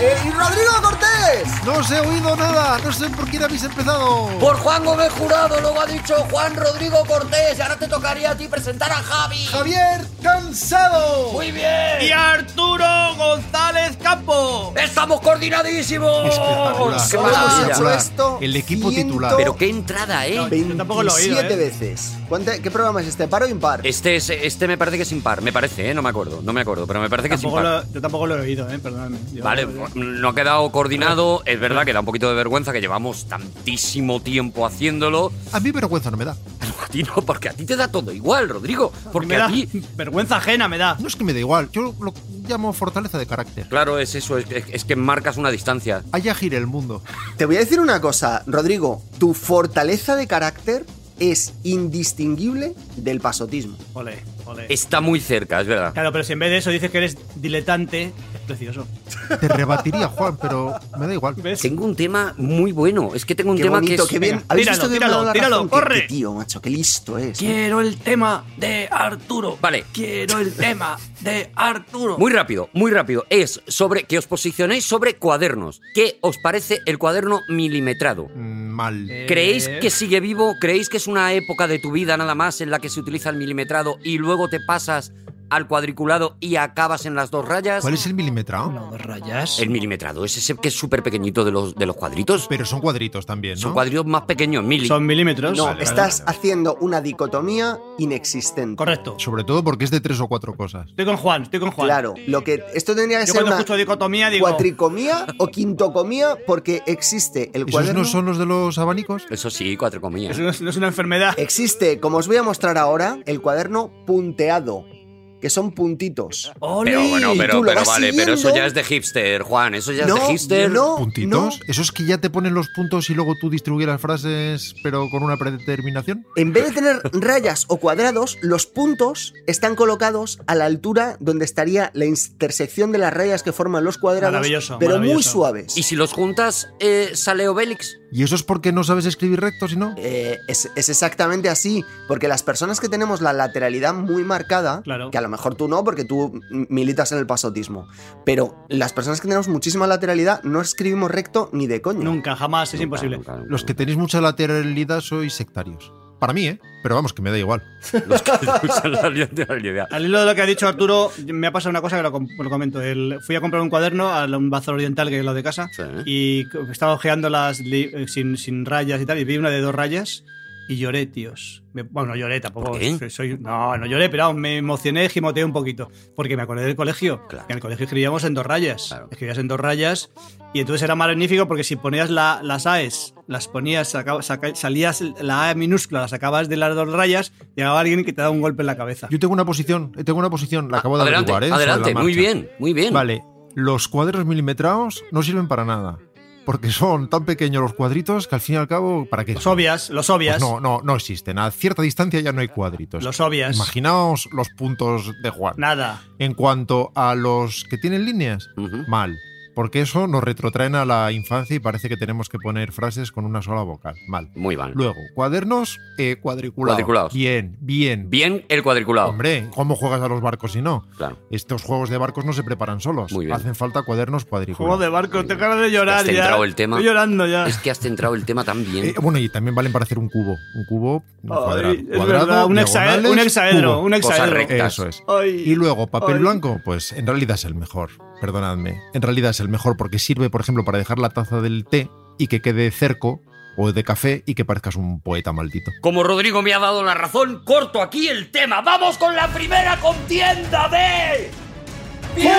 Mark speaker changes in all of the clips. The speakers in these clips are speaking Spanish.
Speaker 1: Eh, ¡Y Rodrigo Cortés!
Speaker 2: No os he oído nada, no sé por quién habéis empezado.
Speaker 3: Por Juan Gómez Jurado, luego ha dicho Juan Rodrigo Cortés. Y ahora te tocaría a ti presentar a Javi.
Speaker 2: Javier Cansado.
Speaker 3: Muy bien.
Speaker 4: Y Arturo González Campo.
Speaker 3: Estamos coordinadísimos.
Speaker 2: Espectacular.
Speaker 3: Qué
Speaker 1: Solo hemos
Speaker 3: maravilla.
Speaker 1: hecho esto
Speaker 2: El equipo
Speaker 1: 100
Speaker 2: titular.
Speaker 3: Pero qué entrada, ¿eh?
Speaker 4: Yo tampoco lo he oído,
Speaker 1: 27
Speaker 4: ¿eh?
Speaker 1: veces. ¿Cuánta- ¿Qué programa es este? ¿Paro o impar?
Speaker 3: Este, es, este me parece que es impar, me parece, ¿eh? no me acuerdo, no me acuerdo, pero me parece que es
Speaker 4: Tampoco
Speaker 3: impar.
Speaker 4: lo- yo tampoco lo he oído, eh, perdóname. Yo-
Speaker 3: Vale, no ha quedado coordinado. Es verdad que da un poquito de vergüenza que llevamos tantísimo tiempo haciéndolo.
Speaker 2: A mí vergüenza no me da.
Speaker 3: A ti no, porque a ti te da todo igual, Rodrigo. Porque
Speaker 4: me da
Speaker 3: a ti.
Speaker 4: vergüenza ajena me da.
Speaker 2: No es que me da igual, yo lo llamo fortaleza de carácter.
Speaker 3: Claro, es eso, es, es- es que marcas una distancia.
Speaker 2: Allá gira el mundo.
Speaker 1: Te voy a decir una cosa, Rodrigo. Tu fortaleza de carácter es indistinguible del pasotismo.
Speaker 4: Ole, ole.
Speaker 3: Está muy cerca, es verdad.
Speaker 4: Claro, pero si en vez de eso dices que eres diletante, es precioso.
Speaker 2: Te rebatiría, Juan, pero me da igual.
Speaker 4: ¿Ves?
Speaker 3: Tengo un tema muy bueno. Es que tengo un
Speaker 1: Qué
Speaker 3: tema
Speaker 1: bonito,
Speaker 3: que
Speaker 1: qué
Speaker 3: es.
Speaker 1: bien.
Speaker 4: venga,
Speaker 1: ¿Habéis
Speaker 4: tíralo,
Speaker 1: visto que me ha
Speaker 4: tíralo,
Speaker 1: dado la
Speaker 4: tíralo,
Speaker 1: razón? Qué-
Speaker 4: corre.
Speaker 1: qué tío, macho, qué listo es.
Speaker 5: Quiero el tema de Arturo.
Speaker 3: Vale.
Speaker 5: Quiero el tema de Arturo.
Speaker 3: Muy rápido, muy rápido. Es sobre que os posicionéis sobre cuadernos. ¿Qué os parece el cuaderno milimetrado?
Speaker 2: Mm, Mal.
Speaker 4: Eh,
Speaker 3: ¿Creéis que sigue vivo? ¿Creéis que es una época de tu vida nada más en la que se utiliza el milimetrado y luego te pasas al cuadriculado y acabas en las dos rayas?
Speaker 2: ¿Cuál es el milimetrado?
Speaker 5: Dos rayas.
Speaker 3: El milimetrado es ese que es súper pequeñito de los, de los cuadritos.
Speaker 2: Pero son cuadritos también,
Speaker 3: Son
Speaker 2: ¿no?
Speaker 3: cuadritos más pequeños, mili.
Speaker 4: Son milímetros.
Speaker 1: No,
Speaker 4: Vale,
Speaker 1: estás
Speaker 4: vale.
Speaker 1: haciendo una dicotomía inexistente.
Speaker 4: Correcto.
Speaker 2: Sobre todo porque es de tres o cuatro cosas.
Speaker 4: Estoy con Juan, estoy con Juan.
Speaker 1: Claro, lo que esto tendría que
Speaker 4: Yo
Speaker 1: ser
Speaker 4: cuando
Speaker 1: una
Speaker 4: escucho dicotomía digo.
Speaker 1: cuatricomía o quintocomía porque existe el
Speaker 2: ¿Esos
Speaker 1: cuaderno.
Speaker 2: no son los de los abanicos?
Speaker 3: Eso sí, cuatro comillas.
Speaker 4: Eso no es, no es una
Speaker 3: Eh,
Speaker 4: enfermedad.
Speaker 1: Existe, como os voy a mostrar ahora, el cuaderno punteado, que son puntitos.
Speaker 4: Ole.
Speaker 3: Pero bueno,
Speaker 1: Y
Speaker 3: pero,
Speaker 1: tú lo
Speaker 3: pero
Speaker 1: vas
Speaker 3: vale, pero eso
Speaker 1: siguiendo.
Speaker 3: ya es de hipster, Juan. Eso ya es de hipster.
Speaker 1: no,
Speaker 2: ¿Puntitos?
Speaker 1: no.
Speaker 2: ¿Esos que ya te ponen los puntos y luego tú distribuyes las frases, pero con una predeterminación?
Speaker 1: En vez de tener rayas o cuadrados, los puntos están colocados a la altura donde estaría la intersección de las rayas que forman los cuadrados,
Speaker 4: Maravilloso,
Speaker 1: pero muy
Speaker 4: maravilloso.
Speaker 1: suaves.
Speaker 3: Y si los juntas, eh, sale Obélix.
Speaker 2: ¿Y eso es porque no sabes escribir recto, si no?
Speaker 1: Eh, es, es exactamente así, porque las personas que tenemos la lateralidad muy marcada,
Speaker 4: Claro.
Speaker 1: que a lo mejor tú no, porque tú m- militas en el pasotismo, pero las personas que tenemos muchísima lateralidad no escribimos recto ni de coño.
Speaker 4: Nunca, jamás, es
Speaker 3: Nunca,
Speaker 4: imposible.
Speaker 3: nunca, nunca,
Speaker 2: Los que
Speaker 3: nunca.
Speaker 2: tenéis mucha lateralidad sois sectarios. Para mí, ¿eh? Pero vamos, que me da igual.
Speaker 3: Los que usan la idea.
Speaker 4: Al hilo de lo que ha dicho Arturo, me ha pasado una cosa que lo, com- lo comento. El- fui a comprar un cuaderno a un bazar oriental que es lo de casa
Speaker 3: Sí.
Speaker 4: y co- estaba ojeando las li- eh, sin, sin rayas y tal y vi una de dos rayas y lloré, tíos. Me- bueno, no lloré tampoco.
Speaker 3: ¿Por qué?
Speaker 4: soy- soy- no, no lloré, pero vamos, me emocioné, gimoteé un poquito. Porque me acordé del colegio.
Speaker 3: Claro.
Speaker 4: que En el colegio escribíamos en dos rayas.
Speaker 3: Claro.
Speaker 4: Escribías en dos rayas y entonces era magnífico porque si ponías la- las AES, las ponías, saca- saca- salías la A minúscula, la sacabas de las dos rayas, llegaba alguien que te daba un golpe en la cabeza.
Speaker 2: Yo tengo una posición, eh, tengo una posición, la acabo de
Speaker 3: Ah, adelante,
Speaker 2: averiguar, ¿eh? sobre
Speaker 3: adelante,
Speaker 2: la
Speaker 3: muy
Speaker 2: marcha.
Speaker 3: bien, muy bien.
Speaker 2: Vale, los cuadros milimetrados no sirven para nada. Porque son tan pequeños los cuadritos que al fin y al cabo, ¿para qué?
Speaker 4: Los
Speaker 2: son?
Speaker 4: obvias, los
Speaker 2: Pues
Speaker 4: obvias.
Speaker 2: no, no, no existen. A cierta distancia ya no hay cuadritos.
Speaker 4: los obvias.
Speaker 2: Imaginaos los puntos de Juan.
Speaker 4: Nada.
Speaker 2: En cuanto a los que tienen líneas,
Speaker 3: Ujú.
Speaker 2: mal. Porque eso nos retrotraen a la infancia y parece que tenemos que poner frases con una sola vocal. Mal.
Speaker 3: Muy mal.
Speaker 2: Luego, cuadernos eh, cuadriculados.
Speaker 3: Cuadriculados.
Speaker 2: Bien, bien.
Speaker 3: Bien el cuadriculado.
Speaker 2: Hombre, ¿cómo juegas a los barcos si no?
Speaker 3: Claro.
Speaker 2: Estos juegos de barcos no se preparan solos.
Speaker 3: Muy bien.
Speaker 2: Hacen falta cuadernos
Speaker 4: Juego
Speaker 2: cuadriculados.
Speaker 4: de barco, te ganas de llorar
Speaker 3: Te has
Speaker 4: ya.
Speaker 3: centrado el tema.
Speaker 4: Estoy llorando ya.
Speaker 3: Es que has centrado el tema tan bien.
Speaker 2: Eh, bueno, y también valen para hacer un cubo. Un cubo un
Speaker 4: Ay,
Speaker 2: cuadrado.
Speaker 4: es
Speaker 2: cuadrado,
Speaker 4: verdad, un,
Speaker 2: diagonales,
Speaker 4: hexaedro, un hexaedro,
Speaker 2: cubo.
Speaker 4: un hexaedro.
Speaker 3: recta. hexaedro.
Speaker 2: Eso es.
Speaker 4: Ay,
Speaker 2: Y luego, papel
Speaker 4: ay.
Speaker 2: blanco, pues en realidad es el mejor. Perdonadme. En realidad es el mejor porque sirve, por ejemplo, para dejar la taza del té y que quede cerco o de café y que parezcas un poeta maldito.
Speaker 3: Como Rodrigo me ha dado la razón, corto aquí el tema. ¡Vamos con la primera contienda de.
Speaker 4: ¡Julio,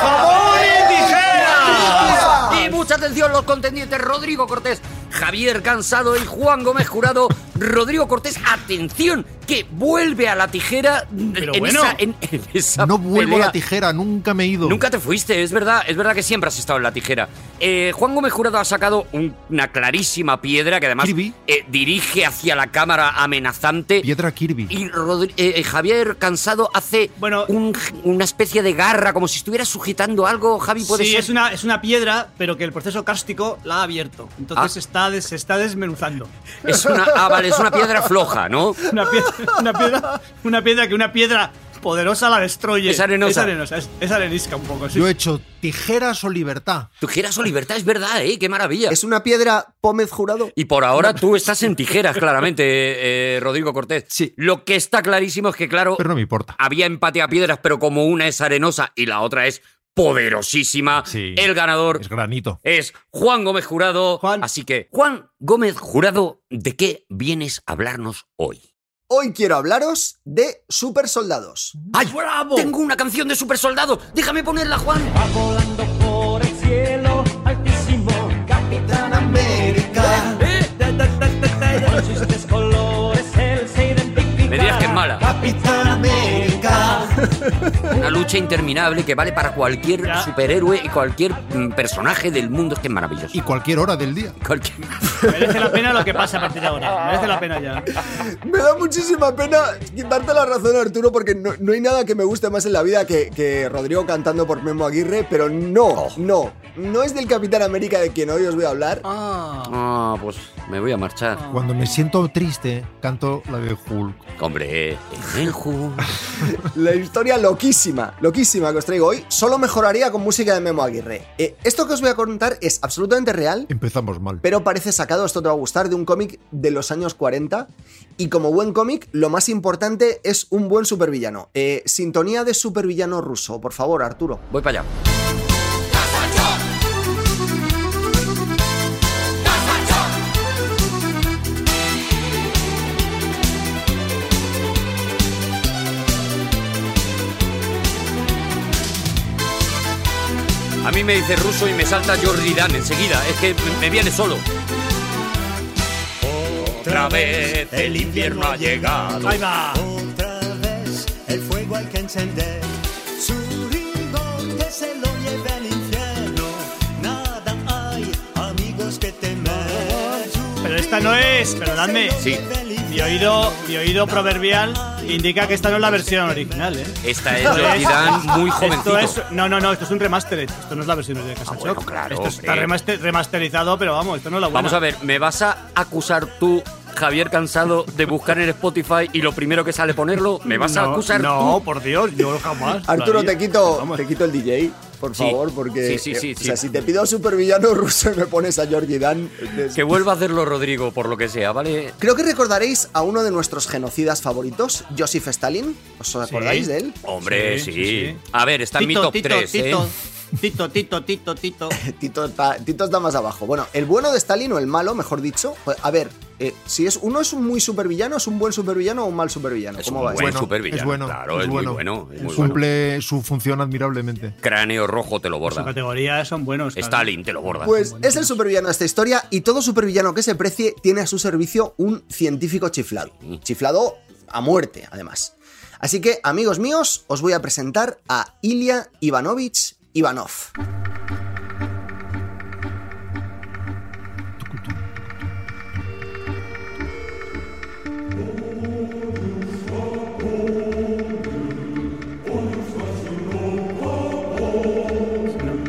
Speaker 4: jamón y tijera!
Speaker 3: Y mucha atención los contendientes Rodrigo Cortés, Javier Cansado y Juan Gómez Jurado Rodrigo Cortés, atención, que vuelve a la tijera
Speaker 4: Pero
Speaker 3: en,
Speaker 4: bueno.
Speaker 3: esa, en- en esa
Speaker 2: No vuelvo
Speaker 3: pelea.
Speaker 2: la tijera, nunca me he ido.
Speaker 3: Nunca te fuiste, es verdad, es verdad que siempre has estado en la tijera. Eh, Juan Gómez Jurado ha sacado un- una clarísima piedra que además
Speaker 2: Kirby.
Speaker 3: eh, dirige hacia la cámara amenazante.
Speaker 2: Piedra Kirby.
Speaker 3: Y Rodri- eh, eh, Javier Cansado hace
Speaker 4: Bueno.
Speaker 3: un- una especie de garra, como si estuviera sujetando algo. Javi, puede
Speaker 4: Sí,
Speaker 3: ser.
Speaker 4: es una, es una piedra, pero que el proceso cárstico la ha abierto. Entonces
Speaker 3: Ah.
Speaker 4: está des- se está desmenuzando.
Speaker 3: Es una- ah, vale, es una piedra floja, ¿no?
Speaker 4: Una piedra, una piedra, una piedra que una piedra poderosa la destruye.
Speaker 3: Es arenosa.
Speaker 4: Es arenosa, es, es arenisca un poco. sí.
Speaker 2: Yo he hecho tijeras o libertad.
Speaker 3: Tijeras o libertad, es verdad, ¿eh? Qué maravilla.
Speaker 1: Es una piedra Pómez jurado.
Speaker 3: Y por ahora tú estás en tijeras, claramente, eh, eh, Rodrigo Cortés.
Speaker 2: Sí.
Speaker 3: Lo que está clarísimo es que, claro,
Speaker 2: Pero no me importa.
Speaker 3: había empate a piedras, pero como una es arenosa y la otra es poderosísima,
Speaker 2: Sí.
Speaker 3: el ganador
Speaker 2: Es granito.
Speaker 3: es Juan Gómez Jurado.
Speaker 4: Juan.
Speaker 3: Así que, Juan Gómez Jurado, ¿de qué vienes a hablarnos hoy?
Speaker 1: Hoy quiero hablaros de super soldados.
Speaker 3: ¡Ay, Tengo una canción de super soldado. Déjame ponerla, Juan. Me digas que es mala. Una lucha interminable que vale para cualquier
Speaker 4: Ya.
Speaker 3: superhéroe y cualquier mm, personaje del mundo. Es que es maravilloso.
Speaker 2: Y cualquier hora del día.
Speaker 3: Cualquier-
Speaker 4: Merece la pena lo que pasa a partir de ahora. Merece la pena ya.
Speaker 1: Me da muchísima pena quitarte la razón, Arturo, porque no, no hay nada que me guste más en la vida que, que Rodrigo cantando por Memo Aguirre, pero no, no. No es del Capitán América de quien hoy os voy a hablar.
Speaker 3: Ah, pues me voy a marchar.
Speaker 2: Cuando me siento triste, canto la de Hulk.
Speaker 3: Hombre, en el jugo.
Speaker 1: La historia loquísima, loquísima que os traigo hoy, solo mejoraría con música de Memo Aguirre. Eh, esto que os voy a contar es absolutamente real,
Speaker 2: Empezamos mal.
Speaker 1: pero parece sacado, esto te va a gustar, de un cómic de los años 40. Y como buen cómic, lo más importante es un buen supervillano. Eh, sintonía de supervillano ruso, por favor, Arturo.
Speaker 3: Voy para allá. A mí me dice ruso y me salta Jordi Dan enseguida. Es que me- me viene solo. Otra vez el invierno ha llegado.
Speaker 4: Ahí va.
Speaker 6: Otra vez el fuego hay que encender. Su rigor que se lo lleve al infierno. Nada hay, amigos que temer. Su
Speaker 4: Pero esta no es, perdonadme.
Speaker 3: Sí.
Speaker 4: Mi oído, mi oído proverbial indica que esta no es la versión original, ¿eh?
Speaker 3: Esta es Jordi Dan muy jovencito. Ah,
Speaker 4: Esto es, no, no, no, esto es un remastered. Esto no es la versión de Casa
Speaker 3: bueno,
Speaker 4: Choc.
Speaker 3: claro,
Speaker 4: Esto está
Speaker 3: hombre.
Speaker 4: remaster- remasterizado, pero vamos, esto no es la buena.
Speaker 3: Vamos a ver, ¿me vas a acusar tú, Javier Cansado, de buscar en Spotify y lo primero que sale ponerlo? ¿Me vas a
Speaker 4: No,
Speaker 3: acusar
Speaker 4: No,
Speaker 3: tú?
Speaker 4: por Dios, yo jamás.
Speaker 1: Arturo,
Speaker 4: todavía.
Speaker 1: te quito,
Speaker 4: Vamos.
Speaker 1: te quito el DJ, por
Speaker 3: Sí.
Speaker 1: favor, porque.
Speaker 3: Sí, sí, sí,
Speaker 1: eh,
Speaker 3: sí.
Speaker 1: O sea, si te pido supervillano ruso y me pones a Jordi Dan. es-
Speaker 3: Que vuelva a hacerlo Rodrigo, por lo que sea, ¿vale?
Speaker 1: Creo que recordaréis a uno de nuestros genocidas favoritos, Joseph Stalin. ¿Os acordáis de él?
Speaker 3: Hombre, sí.
Speaker 4: Sí, sí, sí.
Speaker 3: A ver, está en mi
Speaker 4: Tito,
Speaker 3: top
Speaker 4: Tito,
Speaker 3: 3,
Speaker 4: Tito,
Speaker 3: ¿eh?
Speaker 4: Tito, Tito, Tito, Tito.
Speaker 1: Tito, está- Tito está más abajo. Bueno, el bueno de Stalin, o el malo, mejor dicho. pues, a ver, eh, si es uno es un muy supervillano, ¿es un buen supervillano o un mal supervillano?
Speaker 3: Es
Speaker 1: ¿Cómo
Speaker 3: un
Speaker 1: va
Speaker 3: buen
Speaker 1: esto?
Speaker 3: supervillano,
Speaker 2: es bueno.
Speaker 3: claro,
Speaker 2: es
Speaker 3: es muy
Speaker 2: bueno.
Speaker 3: bueno, es muy
Speaker 2: Cumple su función admirablemente.
Speaker 3: Cráneo rojo te lo
Speaker 4: Su
Speaker 3: borda.
Speaker 4: categoría son buenos. claro.
Speaker 3: Stalin te lo borda.
Speaker 1: Pues es el supervillano de esta historia y todo supervillano que se precie tiene a su servicio un científico chiflado. Chiflado a muerte, además. Así que, amigos míos, os voy a presentar a Ilya Ivanovich Ivanov.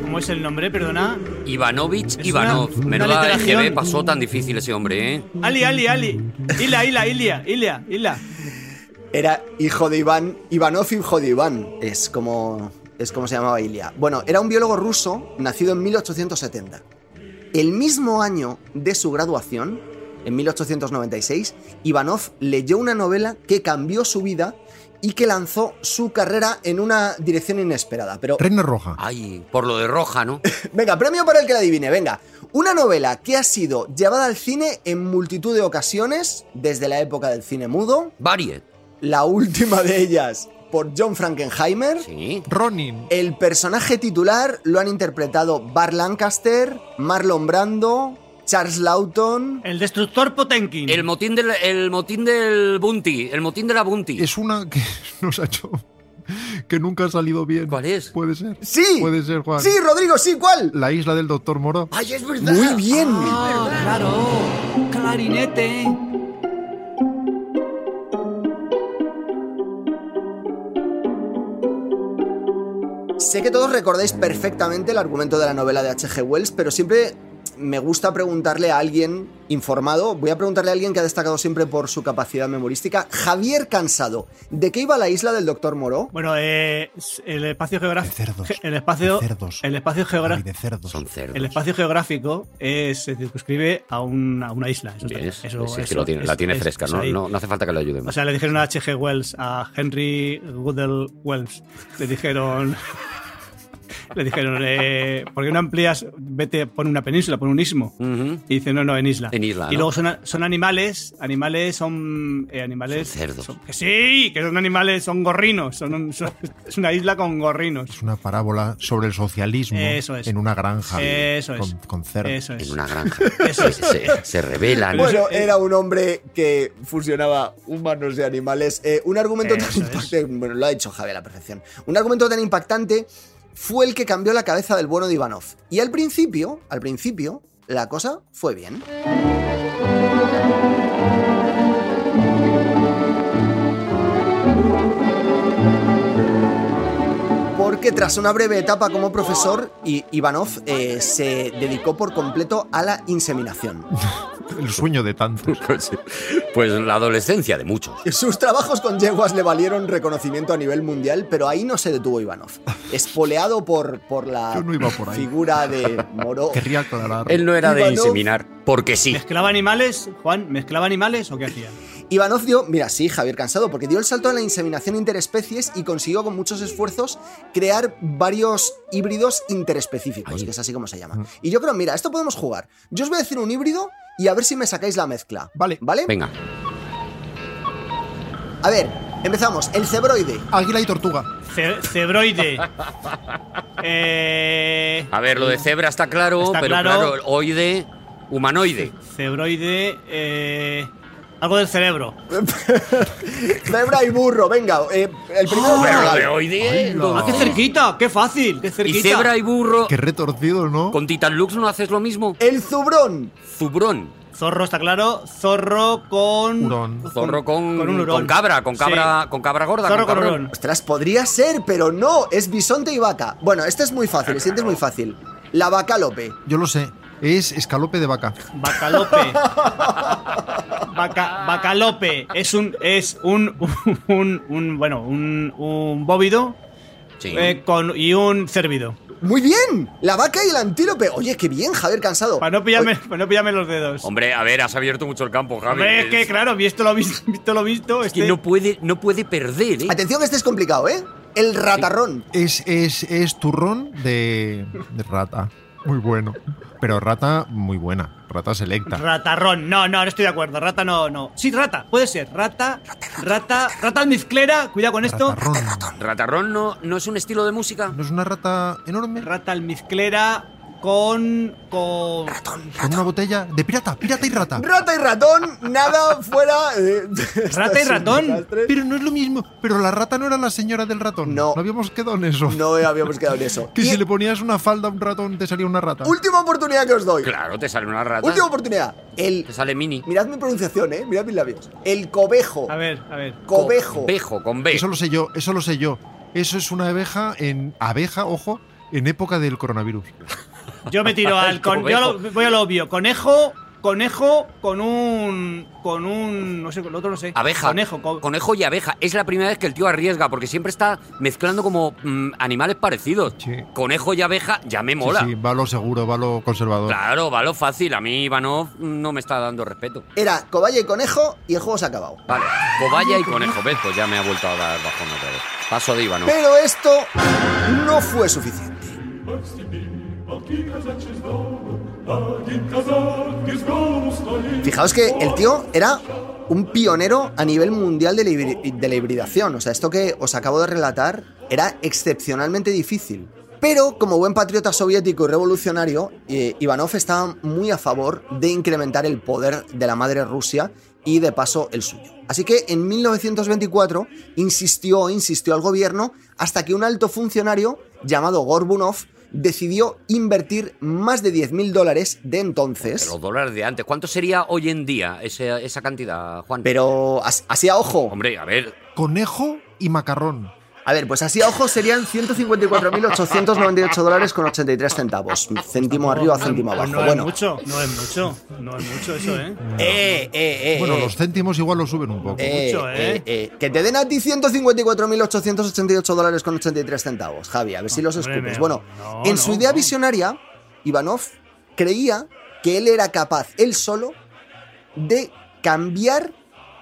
Speaker 4: ¿Cómo es el nombre? Perdona.
Speaker 3: Ivanovich
Speaker 4: una-
Speaker 3: Ivanov.
Speaker 4: una
Speaker 3: Menuda
Speaker 4: literación.
Speaker 3: EGB pasó tan difícil ese hombre, ¿eh?
Speaker 4: Ali, Ali, Ali. Ila, Ila, Ilia, Ilia, Ilia.
Speaker 1: Era hijo de Iván, Ivanov, hijo de Iván. Es como, es como se llamaba Ilya. Bueno, era un biólogo ruso nacido en 1870. El mismo año de su graduación, en 1896, Ivanov leyó una novela que cambió su vida y que lanzó su carrera en una dirección inesperada. Pero
Speaker 2: Reina Roja.
Speaker 3: Ay, por lo de roja, ¿no?
Speaker 1: Venga, premio para el que la adivine, venga. Una novela que ha sido llevada al cine en multitud de ocasiones, desde la época del cine mudo,
Speaker 3: Variet.
Speaker 1: la última de ellas por John Frankenheimer.
Speaker 3: Sí.
Speaker 2: Ronin.
Speaker 1: El personaje titular lo han interpretado Bar Lancaster, Marlon Brando, Charles
Speaker 2: Eh,
Speaker 1: Lawton.
Speaker 4: El destructor Potenkin.
Speaker 3: El motín del, el motín del Bounty, el motín de la Bounty.
Speaker 2: Es una que nos ha hecho. que nunca ha salido bien.
Speaker 3: ¿Cuál es?
Speaker 2: Puede ser.
Speaker 1: Sí.
Speaker 2: Puede ser, Juan.
Speaker 1: Sí, Rodrigo, sí, ¿cuál?
Speaker 2: La isla del doctor Moro.
Speaker 3: ¡Ay, es verdad!
Speaker 1: Muy bien.
Speaker 5: Ah, claro, clarinete.
Speaker 1: Sé que todos recordáis perfectamente el argumento de la novela de H.G. Wells, pero siempre me gusta preguntarle a alguien informado, voy a preguntarle a alguien que ha destacado siempre por su capacidad memorística, Javier Cansado, ¿de qué iba la isla del Doctor Moró?
Speaker 4: Bueno, eh, el espacio
Speaker 2: De
Speaker 4: geográfico.
Speaker 2: cerdos.
Speaker 4: El espacio.
Speaker 2: De cerdos.
Speaker 4: El espacio
Speaker 2: Ay,
Speaker 4: geográfico.
Speaker 2: de cerdos.
Speaker 3: Son cerdos.
Speaker 4: El espacio geográfico es- se circunscribe a una, a una isla. Eso está-
Speaker 3: ¿Ves?
Speaker 4: eso-
Speaker 3: Sí, es que
Speaker 4: eso
Speaker 3: lo tiene-
Speaker 4: es-
Speaker 3: la tiene
Speaker 4: es-
Speaker 3: fresca,
Speaker 4: es
Speaker 3: ¿no?
Speaker 4: ahí.
Speaker 3: ¿no? no hace falta que le ayudemos.
Speaker 4: O sea, le dijeron a H.G. Wells, a Henry Goodell Wells, le dijeron. le dijeron, eh, ¿por qué no amplías? Vete, pon una península, pon un istmo.
Speaker 3: Ujú.
Speaker 4: Y dice, no, no, en isla.
Speaker 3: En isla,
Speaker 4: Y
Speaker 3: ¿no?
Speaker 4: luego son, a- son animales, animales son. eh, animales.
Speaker 3: Son cerdos.
Speaker 4: que sí, que son animales, son gorrinos. Son un- son- es una isla con gorrinos.
Speaker 2: Es una parábola sobre el socialismo
Speaker 4: Eso es.
Speaker 2: en una granja
Speaker 4: Eso
Speaker 2: con,
Speaker 4: es.
Speaker 2: con cerdos.
Speaker 4: Eso es.
Speaker 3: En una granja.
Speaker 4: Eso es.
Speaker 3: Se, se revelan.
Speaker 1: Bueno,
Speaker 4: eh,
Speaker 1: era un hombre que fusionaba humanos y animales. Eh, un argumento tan
Speaker 4: Eso es.
Speaker 1: impactante, bueno, lo ha dicho Javier a la perfección. Un argumento tan impactante fue el que cambió la cabeza del bueno de Ivanov. Y al principio, al principio, la cosa fue bien. Porque tras una breve etapa como profesor, I- Ivanov eh, se dedicó por completo a la inseminación.
Speaker 2: El sueño de tantos.
Speaker 3: Pues, pues la adolescencia de muchos.
Speaker 1: Sus trabajos con yeguas le valieron reconocimiento a nivel mundial, pero ahí no se detuvo Ivanov. Espoleado por, por la
Speaker 2: Yo no iba por ahí.
Speaker 1: figura de Moro.
Speaker 2: Querría aclarar.
Speaker 3: Él no era de
Speaker 1: Ivanov-
Speaker 3: inseminar, porque sí.
Speaker 4: ¿Mezclaba animales, Juan? ¿Mezclaba animales o qué hacía?
Speaker 1: Ivanov dio, mira, sí, Javier Cansado, porque dio el salto a la inseminación interespecies y consiguió con muchos esfuerzos crear varios híbridos interespecíficos,
Speaker 3: Ahí.
Speaker 1: que es así como se llama. Y yo creo, mira, esto podemos jugar. Yo os voy a decir un híbrido y a ver si me sacáis la mezcla.
Speaker 2: Vale.
Speaker 1: ¿Vale?
Speaker 3: Venga,
Speaker 1: A ver, empezamos. El cebroide.
Speaker 2: Águila y tortuga.
Speaker 4: Ce- cebroide. Eh,
Speaker 3: a ver, lo de cebra está claro,
Speaker 4: Está
Speaker 3: pero
Speaker 4: claro.
Speaker 3: claro, oide, humanoide.
Speaker 4: cebroide. eh, algo del cerebro.
Speaker 1: Cebra y burro, venga. eh, el primero.
Speaker 2: Oh,
Speaker 3: Pero lo
Speaker 1: Vale.
Speaker 3: de oide.
Speaker 2: Hola.
Speaker 4: ¡Ah, qué cerquita! ¡Qué fácil! ¡Qué cerquita!
Speaker 3: Oh. Y cebra y burro.
Speaker 2: Qué retorcido, ¿no?
Speaker 3: ¿Con Titan Lux no haces lo mismo?
Speaker 1: El zubrón.
Speaker 3: Zubrón.
Speaker 4: Zorro, está claro. Zorro con.
Speaker 2: Hurón.
Speaker 3: Zorro con,
Speaker 4: Con un hurón.
Speaker 3: con cabra, con cabra, con cabra gorda.
Speaker 4: Zorro con
Speaker 3: cabrón.
Speaker 4: hurón.
Speaker 1: Ostras, podría ser, pero no. Es bisonte y vaca. Bueno, este es muy fácil, el siguiente es muy fácil. La vacalope.
Speaker 2: Yo lo sé. Es escalope de vaca.
Speaker 4: Bacalope. Baca- bacalope. Es un. Es un. un, un- bueno, un, un bóvido.
Speaker 3: Sí.
Speaker 4: eh, con, y un cérvido.
Speaker 1: Muy bien. La vaca y el antílope. Oye, qué bien, Javier Cansado.
Speaker 4: Para no pillarme, para no pillarme los dedos.
Speaker 3: Hombre, a ver, has abierto mucho el campo, Javi.
Speaker 4: Hombre, es que claro, visto lo visto, visto lo visto.
Speaker 3: Es que
Speaker 4: este-
Speaker 3: no puede, no puede perder, ¿eh?
Speaker 1: Oye, Atención, que este es complicado, ¿eh? El ratarrón.
Speaker 2: Es, es, es turrón de, de rata. Muy bueno. Pero rata muy buena. Rata selecta.
Speaker 4: Ratarrón. No, no, no estoy de acuerdo. Rata no, no. Sí, rata. Puede ser. Rata, rata, rata almizclera. Cuidado con esto.
Speaker 2: Ratarrón.
Speaker 3: Ratarrón no, no es un estilo de música.
Speaker 2: ¿No es una rata enorme?
Speaker 4: Rata almizclera con. con.
Speaker 2: Con una botella de pirata. Pirata y rata.
Speaker 1: Rata y ratón, nada fuera. eh, esto
Speaker 4: Rata y
Speaker 1: es un
Speaker 4: ratón.
Speaker 1: desastre.
Speaker 2: Pero no es lo mismo. Pero la rata no era la señora del ratón.
Speaker 1: No.
Speaker 2: habíamos quedado en eso.
Speaker 1: No habíamos quedado en eso.
Speaker 2: Que
Speaker 1: Y
Speaker 2: si le ponías una falda a un ratón te salía una rata.
Speaker 1: Última oportunidad que os doy.
Speaker 3: Claro, te sale una rata.
Speaker 1: Última oportunidad. El.
Speaker 3: Te sale mini.
Speaker 1: Mirad mi pronunciación, ¿eh? Mirad mis labios. El cobejo.
Speaker 4: A ver, a ver.
Speaker 1: Cobejo.
Speaker 3: Cobejo, con B.
Speaker 2: Eso lo sé yo, eso lo sé yo. Eso es una abeja en abeja, ojo, en época del coronavirus.
Speaker 4: Yo me tiro al. Con, yo lo- voy al obvio. Conejo. Conejo con un. Con un. No sé, con el otro no sé.
Speaker 3: Abeja.
Speaker 4: Conejo. co-
Speaker 3: Conejo y abeja. Es la primera vez que el tío arriesga, porque siempre está mezclando como mm, animales parecidos.
Speaker 2: Sí.
Speaker 3: Conejo y abeja ya me
Speaker 2: Sí,
Speaker 3: mola.
Speaker 2: Sí, va lo seguro, va lo conservador.
Speaker 3: Claro, va lo fácil. A mí Ivanov no me está dando respeto.
Speaker 1: Era cobaya y conejo y el juego se ha acabado.
Speaker 3: Vale, cobaya y conejo. Ves, pues ya me ha vuelto a dar bajón otra vez. Paso de Ivanov.
Speaker 1: Pero esto no fue suficiente. Fijaos que el tío era un pionero a nivel mundial de la, hibri- de la hibridación. O sea, esto que os acabo de relatar era excepcionalmente difícil. Pero como buen patriota soviético y revolucionario, eh, Ivanov estaba muy a favor de incrementar el poder de la madre Rusia y de paso el suyo. Así que en 1924 insistió, insistió al gobierno hasta que un alto funcionario llamado Gorbunov decidió invertir más de 10.000 dólares de entonces.
Speaker 3: Los dólares de antes. ¿Cuánto sería hoy en día ese- esa cantidad, Juan?
Speaker 1: Pero as- así a ojo.
Speaker 3: Hombre, a ver,
Speaker 2: Conejo y macarrón.
Speaker 1: A ver, pues así a ojo serían 154.898 dólares con 83 centavos. Céntimo arriba, céntimo abajo.
Speaker 4: Ah, No es
Speaker 1: Bueno,
Speaker 4: mucho, no es mucho, no es mucho eso, ¿eh?
Speaker 1: eh, eh, eh,
Speaker 2: Bueno,
Speaker 1: eh,
Speaker 2: los céntimos igual lo suben un poco.
Speaker 1: eh,
Speaker 4: mucho,
Speaker 1: eh,
Speaker 4: eh.
Speaker 1: eh, que te den a ti 154.888 dólares con 83 centavos, Javi, a ver si los
Speaker 4: Hombre,
Speaker 1: escupes.
Speaker 4: meo.
Speaker 1: Bueno,
Speaker 4: No,
Speaker 1: en su
Speaker 4: no,
Speaker 1: idea
Speaker 4: no.
Speaker 1: visionaria, Ivanov creía que él era capaz, él solo, de cambiar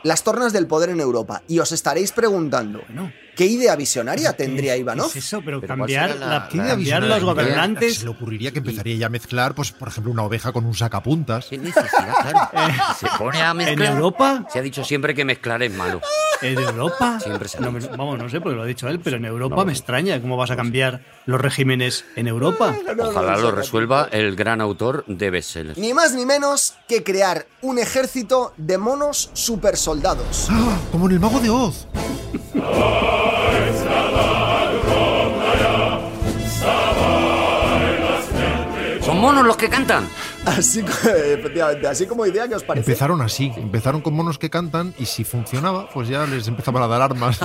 Speaker 1: las tornas del poder en Europa. Y os estaréis preguntando,
Speaker 4: Bueno.
Speaker 1: ¿qué idea visionaria tendría
Speaker 4: ¿Qué
Speaker 1: Ivanov?
Speaker 4: es eso, pero,
Speaker 3: Pero ¿cuál
Speaker 4: cambiar,
Speaker 3: será
Speaker 4: la-
Speaker 3: la-
Speaker 2: ¿Qué idea
Speaker 4: cambiar
Speaker 2: visionaria
Speaker 4: los
Speaker 2: tendría?
Speaker 4: gobernantes.
Speaker 2: Se le ocurriría que empezaría ya a mezclar, pues, por ejemplo, una oveja con un sacapuntas.
Speaker 3: qué necesidad, claro. Se pone a
Speaker 4: ¿En
Speaker 3: mezclar.
Speaker 4: Europa?
Speaker 3: Se ha dicho siempre que mezclar es malo.
Speaker 4: ¿En Europa?
Speaker 3: Siempre se ha
Speaker 4: No me-
Speaker 3: dicho.
Speaker 4: vamos, no sé porque lo ha dicho él, pero en Europa me extraña cómo vas a cambiar los regímenes en Europa.
Speaker 3: Ojalá lo resuelva el gran autor de Bessel.
Speaker 1: Ni más ni menos que crear un ejército de monos supersoldados.
Speaker 2: ¡Ah! Como en el mago de Oz.
Speaker 3: ¿Son monos los que cantan?
Speaker 1: Así, co- efectivamente, así como idea que os parece.
Speaker 2: Empezaron así, empezaron con monos que cantan y si funcionaba, pues ya les empezaban a dar armas.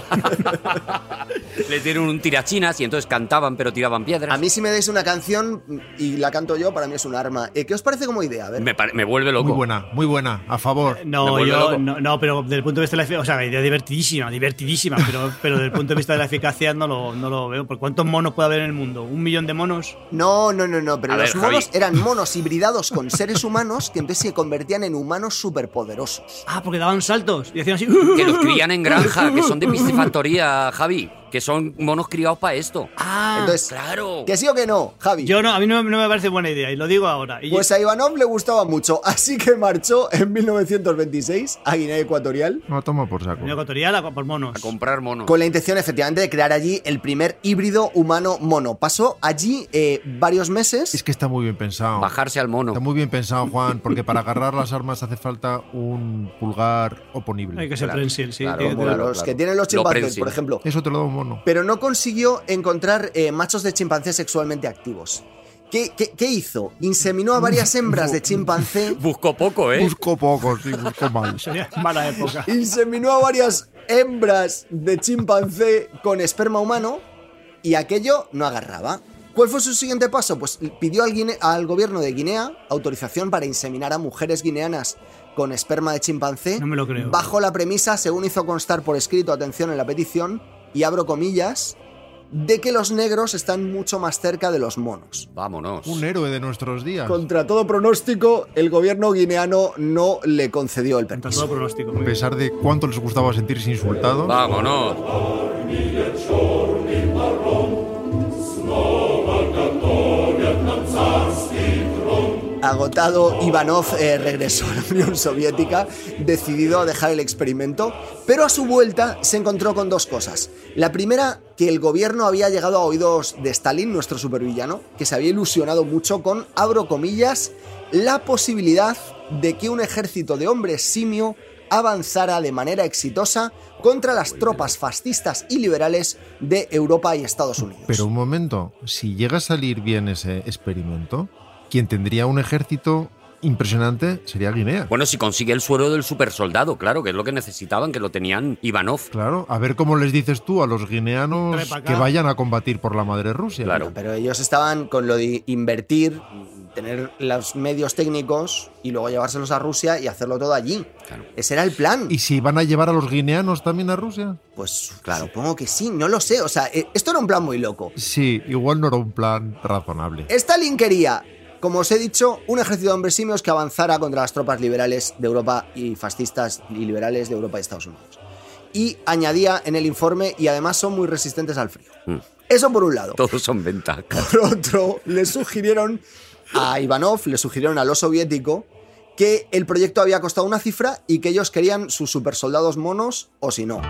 Speaker 3: Le dieron un tirachinas y entonces cantaban, pero tiraban piedras.
Speaker 1: A mí si me dais una canción y la canto yo, para mí es un arma. Eh, ¿Qué os parece como idea? A ver.
Speaker 3: me, pare- me vuelve loco.
Speaker 2: Muy buena, muy buena, a favor.
Speaker 3: Me
Speaker 4: No,
Speaker 3: vuelve loco.
Speaker 4: yo, no, no, pero desde el punto de vista de la eficacia, o sea, la idea divertidísima, divertidísima, pero, pero desde el punto de vista de la eficacia no lo, no lo veo. ¿Por cuántos monos puede haber en el mundo? ¿Un millón de monos?
Speaker 1: No, no, no, no, pero
Speaker 3: A
Speaker 1: los
Speaker 3: ver,
Speaker 1: monos
Speaker 3: Javi.
Speaker 1: eran monos hibridados con seres humanos que entonces se convertían en humanos superpoderosos.
Speaker 4: Ah, porque daban saltos y hacían así.
Speaker 3: Que los crían en granja, que son de piscifactoría, Javi. Que son monos criados para esto.
Speaker 4: Ah,
Speaker 1: Entonces,
Speaker 3: Claro.
Speaker 1: ¿que sí o que no, Javi?
Speaker 4: yo no, a mí no, no me parece buena idea y lo digo ahora. Y-
Speaker 1: Pues a Ivanov le gustaba mucho, así que marchó en 1926 a Guinea Ecuatorial
Speaker 2: No, toma por saco.
Speaker 4: Guinea Ecuatorial a- por monos.
Speaker 3: A comprar monos.
Speaker 1: Con la intención, efectivamente, de crear allí el primer híbrido humano mono. Pasó allí eh, varios meses.
Speaker 2: Es que está muy bien pensado.
Speaker 3: Bajarse al mono.
Speaker 2: Está muy bien pensado, Juan, porque para agarrar las armas hace falta un pulgar
Speaker 4: Hay que
Speaker 2: oponible.
Speaker 4: ser
Speaker 3: Claro,
Speaker 4: prensil, sí.
Speaker 3: claro,
Speaker 4: tiene que
Speaker 1: como
Speaker 4: tener-
Speaker 3: claro,
Speaker 1: los
Speaker 3: claro.
Speaker 1: que tienen los
Speaker 3: Lo
Speaker 1: chimpancés,
Speaker 3: prensil.
Speaker 1: por ejemplo.
Speaker 2: Eso te lo da un mono.
Speaker 1: Pero no consiguió encontrar eh, machos de chimpancés sexualmente activos. ¿Qué, qué- qué hizo? Inseminó a varias hembras de chimpancé.
Speaker 3: Busco poco, ¿eh?
Speaker 2: Busco pocos sí, busco mal.
Speaker 4: Sería mala época.
Speaker 1: Inseminó a varias hembras de chimpancé con esperma humano y aquello no agarraba. ¿Cuál fue su siguiente paso? Pues pidió al, Guine- al gobierno de Guinea autorización para inseminar a mujeres guineanas con esperma de chimpancé.
Speaker 4: No me lo creo.
Speaker 1: Bajo la premisa, según hizo constar por escrito, atención en la petición, y abro comillas, de que los negros están mucho más cerca de los monos.
Speaker 3: Vámonos.
Speaker 2: Un héroe de nuestros días.
Speaker 1: Contra todo pronóstico, el gobierno guineano no le concedió el
Speaker 4: Contra
Speaker 1: permiso.
Speaker 4: todo pronóstico.
Speaker 2: A
Speaker 4: muy
Speaker 3: Pues,
Speaker 4: bien.
Speaker 2: pesar de cuánto les gustaba sentirse insultados.
Speaker 3: Ah. Vámonos.
Speaker 1: Agotado, Ivanov eh, regresó a la Unión Soviética, decidido a dejar el experimento, pero a su vuelta se encontró con dos cosas. La primera, que el gobierno había llegado a oídos de Stalin, nuestro supervillano, que se había ilusionado mucho con, abro comillas, la posibilidad de que un ejército de hombres simio avanzara de manera exitosa contra las tropas fascistas y liberales de Europa y Estados Unidos.
Speaker 2: Pero un momento, si llega a salir bien ese experimento, quien tendría un ejército impresionante sería Guinea.
Speaker 3: Bueno, si consigue el suero del supersoldado, claro, que es lo que necesitaban, que lo tenían Ivanov.
Speaker 2: Claro, a ver cómo les dices tú a los guineanos
Speaker 4: Trae pa' acá.
Speaker 2: que vayan a combatir por la madre Rusia.
Speaker 3: Claro.
Speaker 1: Pero ellos estaban con lo de invertir, tener los medios técnicos y luego llevárselos a Rusia y hacerlo todo allí.
Speaker 3: Claro.
Speaker 1: Ese era el plan.
Speaker 2: ¿Y si van a llevar a los guineanos también a Rusia?
Speaker 1: Pues claro, supongo que sí, no lo sé. O sea, eh, esto era un plan muy loco.
Speaker 2: Sí, igual no era un plan razonable.
Speaker 3: Eh.
Speaker 1: Stalin quería, como os he dicho, un ejército de hombres simios que avanzara contra las tropas liberales de Europa y fascistas y liberales de Europa y Estados Unidos. Y añadía en el informe, y además son muy resistentes al frío.
Speaker 3: Mm.
Speaker 1: Eso por un lado.
Speaker 3: Todos son ventajas.
Speaker 1: por otro, le sugirieron a Ivanov, le sugirieron a lo soviético que el proyecto había costado una cifra y que ellos querían sus supersoldados monos o si no.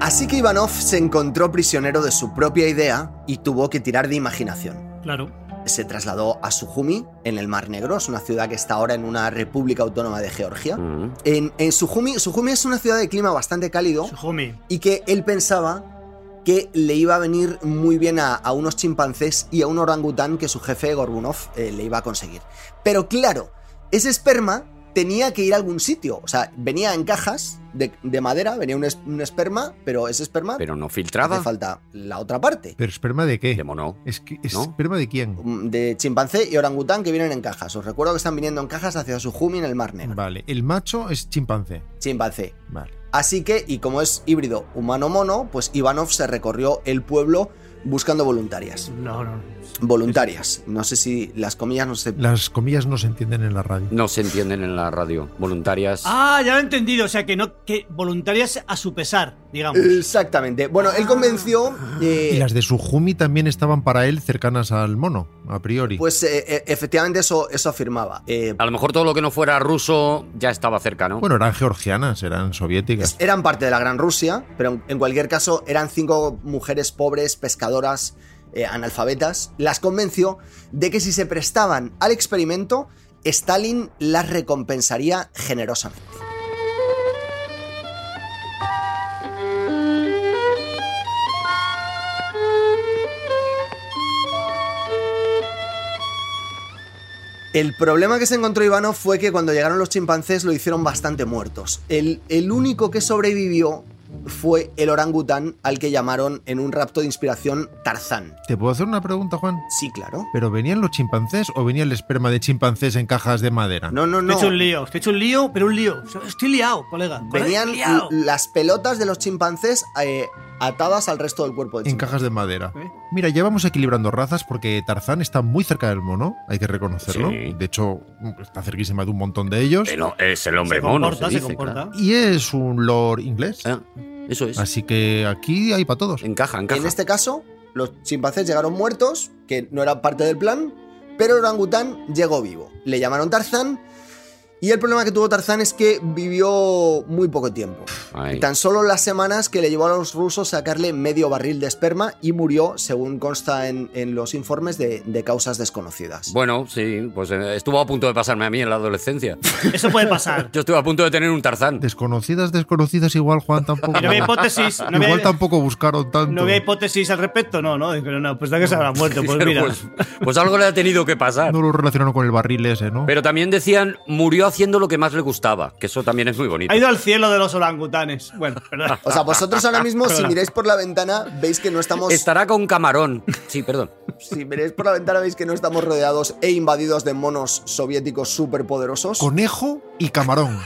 Speaker 1: Así que Ivanov se encontró prisionero de su propia idea y tuvo que tirar de imaginación.
Speaker 4: Claro.
Speaker 1: Se trasladó a Sujumi, en el Mar Negro, es una ciudad que está ahora en una república autónoma de Georgia.
Speaker 3: Mm.
Speaker 1: En, en Sujumi, Sujumi es una ciudad de clima bastante cálido
Speaker 4: Su homie.
Speaker 1: y que él pensaba que le iba a venir muy bien a, a unos chimpancés y a un orangután que su jefe Gorbunov eh, le iba a conseguir. Pero claro, ese esperma tenía que ir a algún sitio. O sea, venía en cajas de, de madera, venía un, es- un esperma, pero ese esperma
Speaker 3: Pero no
Speaker 1: hace
Speaker 3: filtraba.
Speaker 1: falta la otra parte.
Speaker 2: ¿Pero esperma de qué?
Speaker 3: De mono.
Speaker 2: Es que, ¿es
Speaker 3: ¿No?
Speaker 2: ¿Esperma de quién?
Speaker 1: mm, De chimpancé y orangután que vienen en cajas. Os recuerdo que están viniendo en cajas hacia Sujumi en el Mar Negro.
Speaker 2: Vale, el macho es chimpancé.
Speaker 1: Chimpancé.
Speaker 2: Vale.
Speaker 1: Así que, y como es híbrido humano-mono, pues Ivanov se recorrió el pueblo buscando voluntarias.
Speaker 4: No, no.
Speaker 1: Voluntarias. No sé si las comillas no se...
Speaker 2: Las comillas no se entienden en la radio.
Speaker 3: No se entienden en la radio. Voluntarias.
Speaker 4: Ah, ya lo he entendido. O sea, que no que voluntarias a su pesar, digamos.
Speaker 1: Exactamente. Bueno, él convenció... eh,
Speaker 2: Y las de Sujumi también estaban para él cercanas al mono, a priori.
Speaker 1: Pues eh, eh, efectivamente eso, eso afirmaba. Eh,
Speaker 3: A lo mejor todo lo que no fuera ruso ya estaba cerca, ¿no?
Speaker 2: bueno, eran georgianas, eran soviéticas.
Speaker 1: eran parte de la Gran Rusia, pero en- en cualquier caso eran cinco mujeres pobres, pescadoras, eh, analfabetas. Las convenció de que si se prestaban al experimento, Stalin las recompensaría generosamente. El problema que se encontró Ivano fue que cuando llegaron los chimpancés lo hicieron bastante muertos. El, el único que sobrevivió fue el orangután al que llamaron en un rapto de inspiración Tarzán.
Speaker 2: ¿Te puedo hacer una pregunta, Juan?
Speaker 1: Sí, claro.
Speaker 2: ¿Pero venían los chimpancés o venía el esperma de chimpancés en cajas de madera?
Speaker 1: No, no,
Speaker 4: Te he
Speaker 1: no.
Speaker 4: hecho un lío, te he hecho un lío, pero un lío. Estoy liado, colega. colega,
Speaker 1: Venían
Speaker 4: estoy liado.
Speaker 1: l- las pelotas de los chimpancés eh, atadas al resto del cuerpo de
Speaker 2: En
Speaker 1: chimpancés.
Speaker 2: cajas de madera.
Speaker 4: ¿Eh?
Speaker 2: Mira, ya vamos equilibrando razas porque Tarzán está muy cerca del mono, hay que reconocerlo.
Speaker 3: Sí.
Speaker 2: De hecho, está cerquísima de un montón de ellos.
Speaker 3: El o- es el hombre
Speaker 4: pues, se
Speaker 3: mono.
Speaker 4: comporta, se,
Speaker 3: se dice,
Speaker 4: comporta.
Speaker 2: Y es un lord inglés.
Speaker 3: claro. Ah, eso es.
Speaker 2: Así que aquí hay para todos.
Speaker 3: Encaja, encaja.
Speaker 1: En este caso, los chimpancés llegaron muertos, que no era parte del plan, pero el orangután llegó vivo. Le llamaron Tarzán y el problema que tuvo Tarzán es que vivió muy poco tiempo.
Speaker 3: Ahí.
Speaker 1: Tan solo las semanas que le llevó a los rusos sacarle medio barril de esperma y murió, según consta en, en los informes, de, de causas desconocidas.
Speaker 3: Bueno, sí, pues eh, estuvo a punto de pasarme a mí en la adolescencia.
Speaker 4: Eso puede pasar.
Speaker 3: Yo estuve a punto de tener un Tarzán.
Speaker 2: Desconocidas, desconocidas, igual Juan tampoco.
Speaker 4: Y no había hipótesis. No
Speaker 2: igual
Speaker 4: había,
Speaker 2: tampoco buscaron tanto.
Speaker 4: no había hipótesis al respecto. No, no. Dijeron, no, pues da que se habrá muerto. Pues
Speaker 3: Pero
Speaker 4: mira.
Speaker 3: pues- pues algo le ha tenido que pasar.
Speaker 2: No lo relacionaron con el barril ese, ¿no?
Speaker 3: Pero también decían, murió haciendo lo que más le gustaba, que eso también es muy bonito.
Speaker 4: Ha ido al cielo de los orangutanes. Bueno, perdón.
Speaker 1: O sea, vosotros ahora mismo, si miráis por la ventana, veis que no estamos.
Speaker 3: Estará con camarón. Sí, perdón.
Speaker 1: Si miráis por la ventana, veis que no estamos rodeados e invadidos de monos soviéticos superpoderosos.
Speaker 2: Conejo y camarón.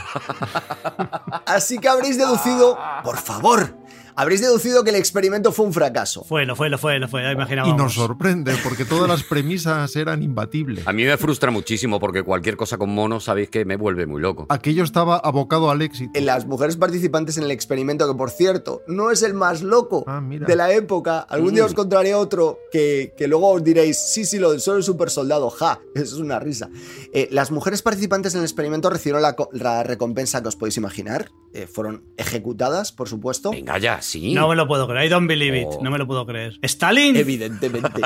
Speaker 1: Así que habréis deducido, por favor, habréis deducido que el experimento fue un fracaso.
Speaker 4: Fue, lo fue, lo fue, lo fue. Ya
Speaker 2: y
Speaker 4: imaginábamos.
Speaker 2: nos sorprende porque todas las premisas eran imbatibles.
Speaker 3: A mí me frustra muchísimo porque cualquier cosa con mono sabéis que me vuelve muy loco.
Speaker 4: ¿Ah,
Speaker 2: Aquello estaba abocado al éxito.
Speaker 1: Las mujeres participantes en el experimento, que por cierto, no es el más loco
Speaker 2: Ah, mira.
Speaker 1: de la época. Algún día os contaré otro que, que luego os diréis, sí, sí, lo del sol es super soldado, ja, eso es una risa. Eh, las mujeres participantes en el experimento recibieron la, co- la recompensa que os podéis imaginar. Eh, fueron ejecutadas, por supuesto.
Speaker 3: Venga ya, sí.
Speaker 4: No me lo puedo creer. I don't believe it.
Speaker 3: Oh.
Speaker 4: No me lo puedo creer. ¿Stalin?
Speaker 1: Evidentemente.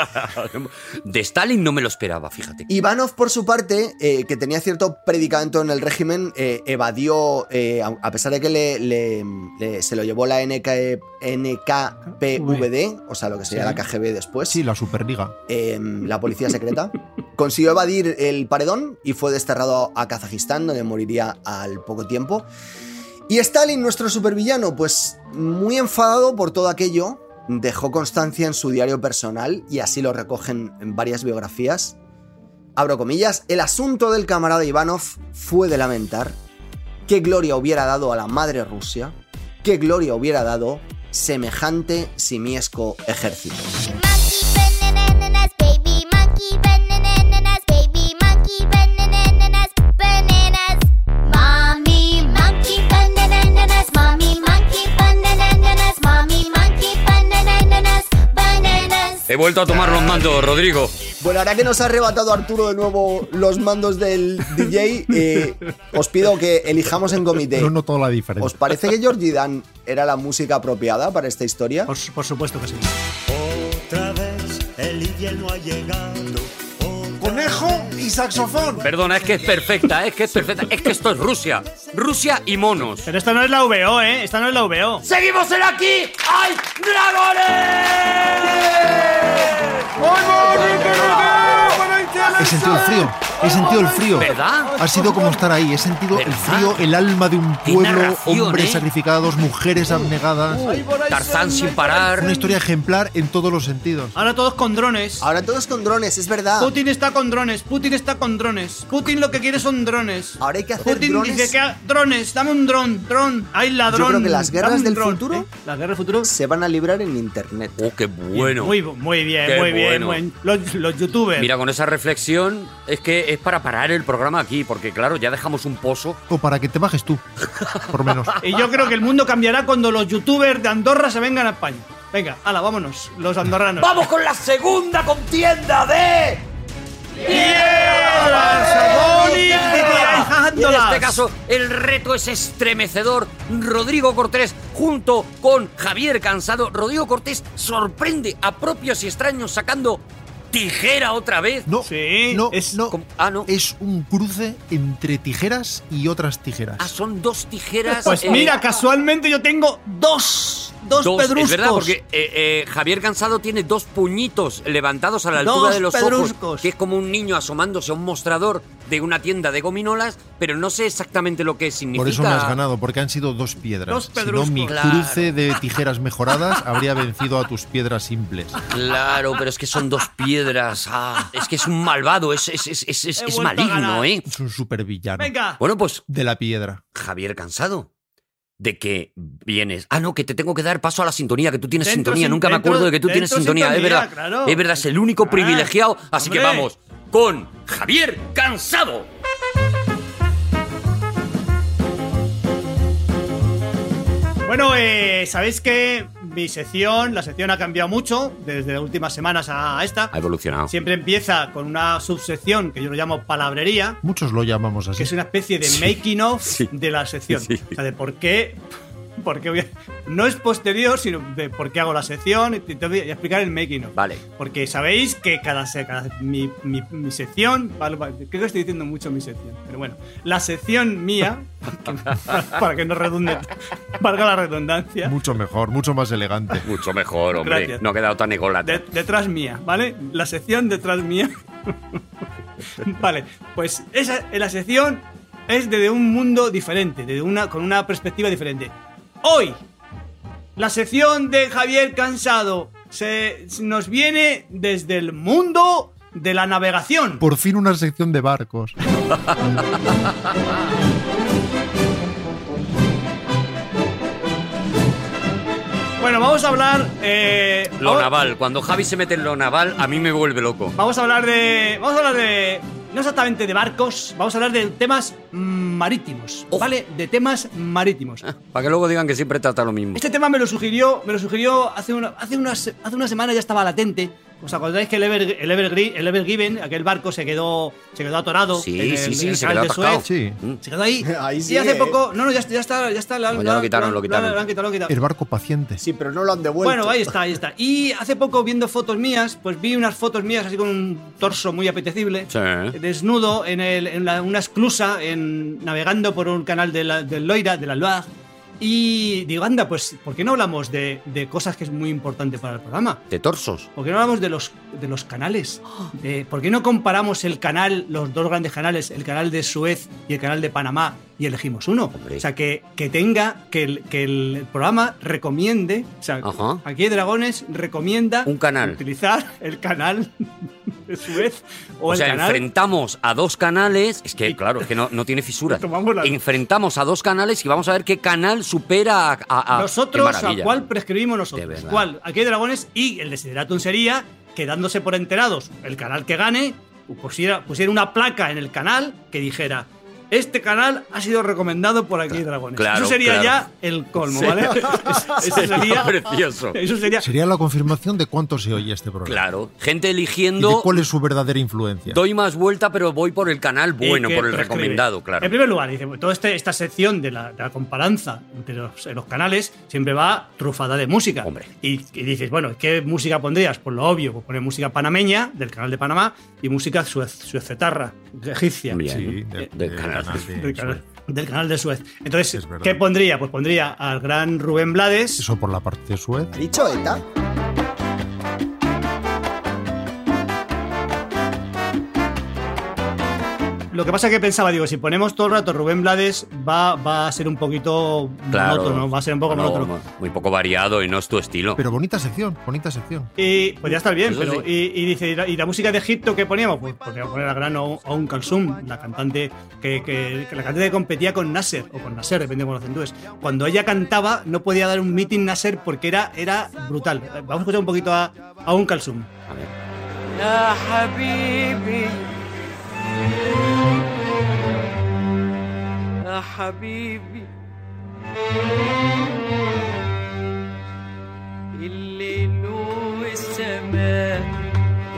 Speaker 3: De Stalin no me lo esperaba, fíjate.
Speaker 1: Ivanov, por su parte, eh, que tenía cierto predicamento en el régimen, eh, evadió, eh, a a pesar de que le, le- le- se lo llevó la E, NK, NKPVD, o sea, lo que sería
Speaker 4: Sí.
Speaker 1: la KGB después,
Speaker 2: Sí, la Superliga.
Speaker 1: eh, la policía secreta, consiguió evadir el paredón y fue desterrado a Kazajistán, donde moriría al poco tiempo. Y Stalin, nuestro supervillano, pues muy enfadado por todo aquello, dejó constancia en su diario personal y así lo recogen en varias biografías. Abro comillas, el asunto del camarada Ivanov fue de lamentar. ¿Qué gloria hubiera dado a la madre Rusia? ¿Qué gloria hubiera dado semejante simiesco ejército?
Speaker 7: Monkey bananas, baby monkey bananas, baby monkey bananas, bananas. Mommy monkey bananas, mommy monkey bananas, mommy monkey bananas, bananas.
Speaker 3: He vuelto a tomar los mandos, Rodrigo.
Speaker 1: Bueno, ahora que nos ha arrebatado Arturo de nuevo los mandos del DJ, eh, os pido que elijamos en comité.
Speaker 2: No noto la
Speaker 1: ¿Os
Speaker 2: diferencia.
Speaker 1: parece que Georgie Dan era la música apropiada para esta historia?
Speaker 4: Por, su- por supuesto que sí.
Speaker 6: Otra vez el Idiel no ha llegado. Otra
Speaker 8: Conejo
Speaker 6: vez
Speaker 8: y saxofón.
Speaker 3: Perdona, es que es perfecta, es que es perfecta. Es que esto es Rusia. Rusia y monos.
Speaker 4: Pero esta no es la VO, ¿eh? Esta no es la VO.
Speaker 3: ¡Seguimos en aquí! ¡Hay dragones!
Speaker 2: He sentido el frío, he sentido el frío.
Speaker 3: ¿Verdad?
Speaker 2: Ha sido como estar ahí, he sentido el
Speaker 3: ¿Verdad?
Speaker 2: frío, el alma de un
Speaker 3: Tiene
Speaker 2: pueblo,
Speaker 3: razón,
Speaker 2: hombres
Speaker 3: ¿eh?
Speaker 2: sacrificados, mujeres abnegadas.
Speaker 3: Tarzán sin parar.
Speaker 2: Una historia ejemplar en todos los sentidos.
Speaker 4: Ahora todos con drones.
Speaker 1: Ahora todos con drones, es verdad.
Speaker 4: Putin está con drones. Putin está con drones. Putin lo que quiere son drones.
Speaker 1: Ahora hay que hacer
Speaker 4: Putin
Speaker 1: drones.
Speaker 4: dice que ha- drones, dame un dron, dron, hay ladrón.
Speaker 1: creo que las
Speaker 4: dame
Speaker 1: guerras
Speaker 4: un
Speaker 1: del
Speaker 4: dron,
Speaker 1: futuro-
Speaker 4: ¿eh? Las guerras del futuro.
Speaker 1: Se van a librar en internet.
Speaker 3: ¡Oh, qué bueno!
Speaker 4: Muy, bu- muy bien,
Speaker 3: Qué
Speaker 4: muy bien.
Speaker 3: bueno.
Speaker 4: buen- Los, los youtubers.
Speaker 3: Mira, con esa reflexión es que es para parar el programa aquí, porque claro, ya dejamos un pozo.
Speaker 2: O para que te bajes tú, por menos.
Speaker 4: Y yo creo que el mundo cambiará cuando los youtubers de Andorra se vengan a España. Venga, hala, vámonos, los andorranos.
Speaker 3: ¡Vamos con la segunda contienda de!
Speaker 4: ¡Piedra, sabón y piedra!
Speaker 3: Y en este
Speaker 4: ¡Dejándolas!
Speaker 3: caso, el reto es estremecedor. Rodrigo Cortés, junto con Javier Cansado, Rodrigo Cortés sorprende a propios y extraños sacando tijera otra vez.
Speaker 2: No,
Speaker 4: Sí,
Speaker 2: no,
Speaker 4: es
Speaker 2: no.
Speaker 3: Com- Ah, no.
Speaker 2: Es un cruce entre tijeras y otras tijeras.
Speaker 3: Ah, son dos tijeras.
Speaker 4: Pues
Speaker 3: eh,
Speaker 4: mira, casualmente yo tengo dos, dos,
Speaker 3: dos,
Speaker 4: pedruscos.
Speaker 3: Es verdad, porque eh, eh, Javier Cansado tiene dos puñitos levantados a la altura
Speaker 4: Dos
Speaker 3: de los ojos,
Speaker 4: pedruscos.
Speaker 3: que es como un niño asomándose a un mostrador de una tienda de gominolas, pero no sé exactamente lo que significa.
Speaker 2: Por eso me has ganado, porque han sido dos piedras.
Speaker 4: Dos
Speaker 2: si no,
Speaker 4: pedruscos.
Speaker 2: mi
Speaker 3: Claro.
Speaker 2: cruce de tijeras mejoradas habría vencido a tus piedras simples.
Speaker 3: Claro, pero es que son dos piedras. Ah, es que es un malvado, es, es, es, es, es,
Speaker 4: He
Speaker 3: es
Speaker 4: vuelto a
Speaker 3: maligno,
Speaker 4: ganar.
Speaker 3: ¿eh?
Speaker 2: Es un supervillano.
Speaker 4: Venga,
Speaker 3: Bueno, pues
Speaker 2: De la piedra.
Speaker 3: Javier Cansado, de que vienes. Ah, no, que te tengo que dar paso a la sintonía, que tú tienes
Speaker 4: Dentro
Speaker 3: sintonía.
Speaker 4: sin-
Speaker 3: Nunca me
Speaker 4: dentro-
Speaker 3: acuerdo de que tú tienes
Speaker 4: dentro
Speaker 3: sintonía, es
Speaker 4: sintonía,
Speaker 3: verdad.
Speaker 4: claro.
Speaker 3: Es verdad, es el único
Speaker 4: Ah,
Speaker 3: privilegiado. Así que
Speaker 4: hombre.
Speaker 3: vamos con Javier Cansado.
Speaker 4: Bueno, eh, sabéis que mi sección, la sección ha cambiado mucho desde las últimas semanas a esta.
Speaker 3: Ha evolucionado.
Speaker 4: Siempre empieza con una subsección que yo lo llamo palabrería,
Speaker 2: Muchos lo llamamos así.
Speaker 4: que es una especie de making of
Speaker 3: sí,
Speaker 4: de la sección.
Speaker 3: sí.
Speaker 4: O sea, de por qué. por qué voy a- no es posterior, sino de por qué hago la sección. y te- te voy a explicar el making of.
Speaker 3: Vale.
Speaker 4: Porque sabéis que cada, se- cada- mi, mi- mi sección, vale, vale, creo que estoy diciendo mucho mi sección, pero bueno, la sección mía, que- para que no redunde, valga la redundancia,
Speaker 2: Mucho mejor, mucho más elegante.
Speaker 3: Mucho mejor, hombre.
Speaker 4: Gracias.
Speaker 3: No ha quedado tan ególatra.
Speaker 4: de- detrás mía, ¿vale? La sección detrás mía. vale, pues esa la sección es desde un mundo diferente, desde una, con una perspectiva diferente. Hoy, la sección de Javier Cansado se, nos viene desde el mundo de la navegación.
Speaker 2: Por fin una sección de barcos.
Speaker 4: Bueno, vamos a hablar. eh,
Speaker 3: Lo
Speaker 4: vamos,
Speaker 3: naval. Cuando Javi se mete en lo naval, a mí me vuelve loco.
Speaker 4: vamos a hablar de. Vamos a hablar de. No exactamente de barcos, vamos a hablar de temas marítimos. ¿Vale? De temas marítimos.
Speaker 3: Para que luego digan que siempre trata lo mismo.
Speaker 4: Este tema me lo sugirió, me lo sugirió hace una, hace unas, hace una semana ya estaba latente. ¿Os acordáis que el, Ever, el, Evergreen- el Evergiven, aquel barco se quedó, se quedó atorado? en
Speaker 3: Sí,
Speaker 4: el-
Speaker 3: sí,
Speaker 4: en
Speaker 3: sí,
Speaker 4: el
Speaker 3: se
Speaker 4: canal
Speaker 3: quedó
Speaker 4: de Suez?
Speaker 3: atascado.
Speaker 2: Sí.
Speaker 4: Se quedó ahí.
Speaker 1: Ahí
Speaker 4: y
Speaker 1: sigue,
Speaker 4: hace
Speaker 1: ¿eh?
Speaker 4: poco. No, no, ya, está- ya está, ya está. la-
Speaker 3: No, ya
Speaker 4: la-
Speaker 3: lo quitaron,
Speaker 4: la-
Speaker 3: lo quitaron.
Speaker 4: la- la han quitado, lo han quitado.
Speaker 2: El barco paciente.
Speaker 1: Sí, pero no lo han devuelto.
Speaker 4: Bueno, ahí está, ahí está. Y hace poco, viendo fotos mías, pues vi unas fotos mías así con un torso muy apetecible,
Speaker 3: Mm. Sí.
Speaker 4: desnudo, en, el- en la- una esclusa, en, navegando por un canal de la- del Loira, de la Loire. Y digo, anda, pues, ¿por qué no hablamos de, de cosas que es muy importante para el programa?
Speaker 3: De torsos.
Speaker 4: ¿Por qué no hablamos de los, de los canales? De- ¿Por qué no comparamos el canal, los dos grandes canales, el canal de Suez y el canal de Panamá, y elegimos uno?
Speaker 3: Hombre.
Speaker 4: O sea, que, que tenga, que el, que el programa recomiende, o sea,
Speaker 3: Ajá.
Speaker 4: aquí Dragones recomienda
Speaker 3: Un canal.
Speaker 4: utilizar el canal de Suez o,
Speaker 3: O
Speaker 4: el
Speaker 3: sea,
Speaker 4: canal...
Speaker 3: enfrentamos a dos canales. Es que, claro, es que no, no tiene fisuras.
Speaker 4: Tomamos la-
Speaker 3: Enfrentamos a dos canales y vamos a ver qué canal supera a. a- a- Ah, qué
Speaker 4: nosotros, ¿a
Speaker 3: maravilla.
Speaker 4: cuál prescribimos
Speaker 3: De
Speaker 4: nosotros?
Speaker 3: verdad.
Speaker 4: ¿Cuál? Aquí hay dragones y el desideratum sería quedándose por enterados el canal que gane, pusiera, pusiera una placa en el canal que dijera Este canal ha sido recomendado por aquí, Dragones.
Speaker 3: claro,
Speaker 4: Eso sería
Speaker 3: claro.
Speaker 4: ya el colmo, ¿vale? Eso sería.
Speaker 3: precioso.
Speaker 4: Eso sería.
Speaker 2: Sería la confirmación de cuánto se oye este programa.
Speaker 3: Claro, gente
Speaker 2: Y de
Speaker 3: eligiendo,
Speaker 2: cuál es su verdadera influencia.
Speaker 3: doy más vuelta, pero voy por el canal bueno,
Speaker 4: que
Speaker 3: por el
Speaker 4: prescribe.
Speaker 3: recomendado, claro.
Speaker 4: En primer lugar, dice, pues, toda este- esta sección de la, de la comparanza entre los, en los canales siempre va trufada de música.
Speaker 3: Hombre.
Speaker 4: Y, y dices, bueno, ¿qué música pondrías? Pues lo obvio, pues poner música panameña del canal de Panamá y música suez, suecetarra, egipcia.
Speaker 3: Bien.
Speaker 2: Sí,
Speaker 3: De-
Speaker 2: de-
Speaker 3: del
Speaker 2: de-
Speaker 3: canal.
Speaker 2: de-
Speaker 4: Del canal, del canal de Suez. Entonces,
Speaker 2: Es verdad.
Speaker 4: ¿qué pondría? Pues pondría al gran Rubén Blades.
Speaker 2: Eso por la parte de Suez.
Speaker 1: ¿Ha dicho ETA?
Speaker 4: Lo que pasa que pensaba, digo, si ponemos todo el rato Rubén Blades, va, va a ser un poquito
Speaker 3: Claro.
Speaker 4: monótono, va a ser un poco
Speaker 3: No,
Speaker 4: monótono.
Speaker 3: Muy poco variado y no es tu estilo.
Speaker 2: Pero bonita sección, bonita sección.
Speaker 4: Y podría estar bien,
Speaker 3: Eso
Speaker 4: pero. Y, y dice, ¿y la, y la música de Egipto que poníamos? Pues podríamos poner a gran Aun Kalsum, la cantante que, que- que la cantante que competía con Nasser, o con Nasser, depende de cómo lo acentúes. Cuando ella cantaba, no podía dar un meeting Nasser porque era, era brutal. Vamos a escuchar un poquito a Aun Kalsum.
Speaker 3: A ver.
Speaker 5: يا حبيبي يا حبيبي الليل والسماء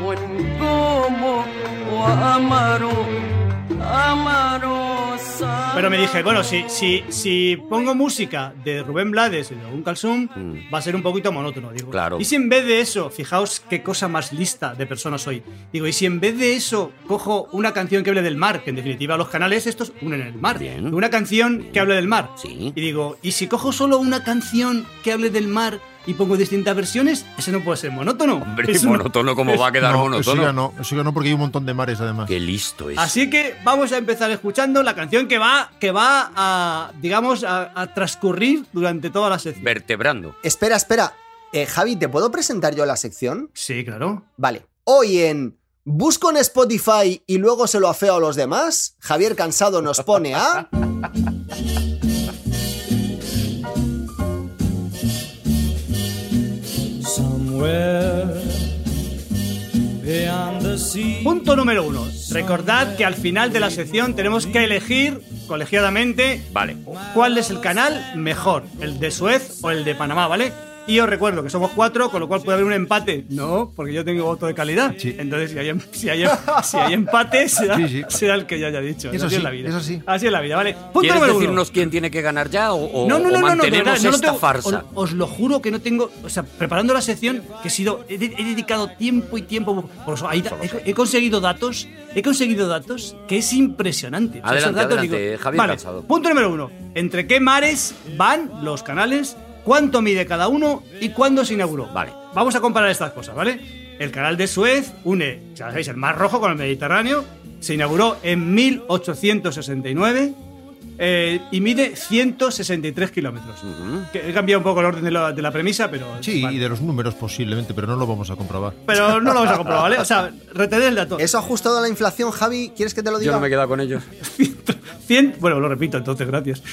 Speaker 5: ونجومه وقمره قمره صار
Speaker 4: Pero me dije, bueno, si, si, si pongo música de Rubén Blades y de Aun Kalsum,
Speaker 3: Mm.
Speaker 4: va a ser un poquito monótono, digo.
Speaker 3: Claro.
Speaker 4: Y si en vez de eso, fijaos qué cosa más lista de persona soy. Digo, y si en vez de eso cojo una canción que hable del mar, que en definitiva los canales estos unen el mar.
Speaker 3: Bien.
Speaker 4: Una canción que hable del mar.
Speaker 3: Sí.
Speaker 4: Y digo, y si cojo solo una canción que hable del mar y pongo distintas versiones, ese no puede ser monótono.
Speaker 3: Hombre,
Speaker 4: Es una-
Speaker 3: monótono como va a quedar
Speaker 2: No, eso
Speaker 3: monótono.
Speaker 2: ya no, eso ya no, porque hay un montón de mares además.
Speaker 3: Qué listo es.
Speaker 4: Así que vamos a empezar escuchando la canción que va, que va a, digamos, a, a transcurrir durante toda la sección.
Speaker 3: Vertebrando.
Speaker 1: Espera, espera. Eh, Javi, ¿te puedo presentar yo la sección?
Speaker 4: Sí, claro.
Speaker 1: Vale. Hoy en Busco en Spotify y luego se lo afeo a los demás, Javier Cansado nos pone a...
Speaker 6: Somewhere beyond the sea.
Speaker 4: Punto número uno. Recordad que al final de la sección tenemos que elegir colegiadamente
Speaker 3: Vale.
Speaker 4: cuál es el canal mejor, el de Suez o el de Panamá, ¿vale? Y os recuerdo que somos cuatro, con lo cual puede haber un empate. No, porque yo tengo voto de calidad.
Speaker 2: Sí.
Speaker 4: Entonces, si hay, em- si hay, em- si hay empate, será,
Speaker 2: Sí, sí.
Speaker 4: será el que yo haya dicho.
Speaker 2: Eso
Speaker 4: así
Speaker 2: sí,
Speaker 4: es la vida.
Speaker 2: eso sí.
Speaker 4: Así es la vida, ¿vale? Punto
Speaker 3: ¿Quieres
Speaker 4: número uno.
Speaker 3: decirnos quién tiene que ganar ya o, o-
Speaker 4: No, no,
Speaker 3: o
Speaker 4: no, no, no, de
Speaker 3: mantenemos
Speaker 4: verdad, no lo
Speaker 3: esta
Speaker 4: tengo-
Speaker 3: farsa?
Speaker 4: Os, os lo juro que no tengo. O sea, preparando la sección, que he sido. He, de- he dedicado tiempo y tiempo. por eso, ahí da- he, he conseguido datos. He conseguido datos que es impresionante. O sea, esos
Speaker 3: Adelante,
Speaker 4: datos,
Speaker 3: adelante, Javier
Speaker 4: vale,
Speaker 3: Cansado.
Speaker 4: Punto número uno. ¿Entre qué mares van los canales? ¿Cuánto mide cada uno? ¿Y cuándo se inauguró?
Speaker 3: Vale.
Speaker 4: Vamos a comparar estas cosas, ¿vale? El canal de Suez une, ya sabéis, el Mar Rojo con el Mediterráneo. Se inauguró en 1869 eh, y mide 163 kilómetros. Que He cambiado un poco el orden de la, de la premisa, pero.
Speaker 2: Sí,
Speaker 4: vale.
Speaker 2: y de los números posiblemente, pero no lo vamos a comprobar.
Speaker 4: Pero no lo vamos a comprobar, ¿vale? O sea, retened el dato.
Speaker 1: ¿Eso ajustado a la inflación, Javi? ¿Quieres que te lo diga?
Speaker 3: Yo no me he quedado con ellos.
Speaker 4: 100, bueno, lo repito entonces, gracias.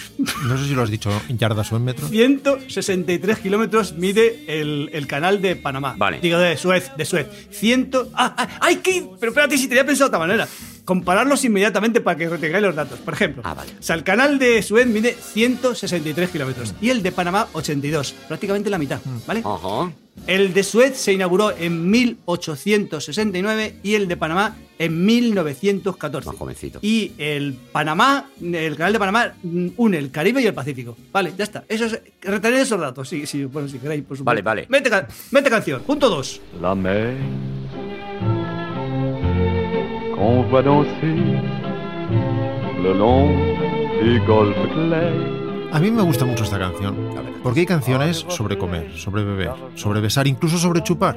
Speaker 2: No sé si lo has dicho en yardas o en metros.
Speaker 4: 163 kilómetros mide el, el canal de Panamá.
Speaker 3: Vale.
Speaker 4: Digo, de Suez, de Suez. 100. ¡Ah! ah, ¡Ay, qué! Pero espérate, si tenía pensado de otra manera. Compararlos inmediatamente para que retengáis los datos. Por ejemplo,
Speaker 3: Ah, vale.
Speaker 4: o sea, el canal de Suez mide 163 kilómetros y el de Panamá 82, prácticamente la mitad,
Speaker 3: Mm.
Speaker 4: ¿vale?
Speaker 3: Ajá.
Speaker 4: El de Suez se inauguró en 1869 y el de Panamá en 1914.
Speaker 3: Más jovencito.
Speaker 4: Y el Panamá, el canal de Panamá mm, une el Caribe y el Pacífico. Vale, ya está. Eso es, retened esos datos, sí, sí, bueno, si queréis, por supuesto.
Speaker 3: Vale, vale.
Speaker 4: Mete, ca- mete canción. Punto 2.
Speaker 8: la mer qu'on voit danser le long des golfes clairs.
Speaker 2: A mí me gusta mucho esta canción,
Speaker 3: A ver.
Speaker 2: porque hay canciones sobre comer, sobre beber, sobre besar, incluso sobre chupar,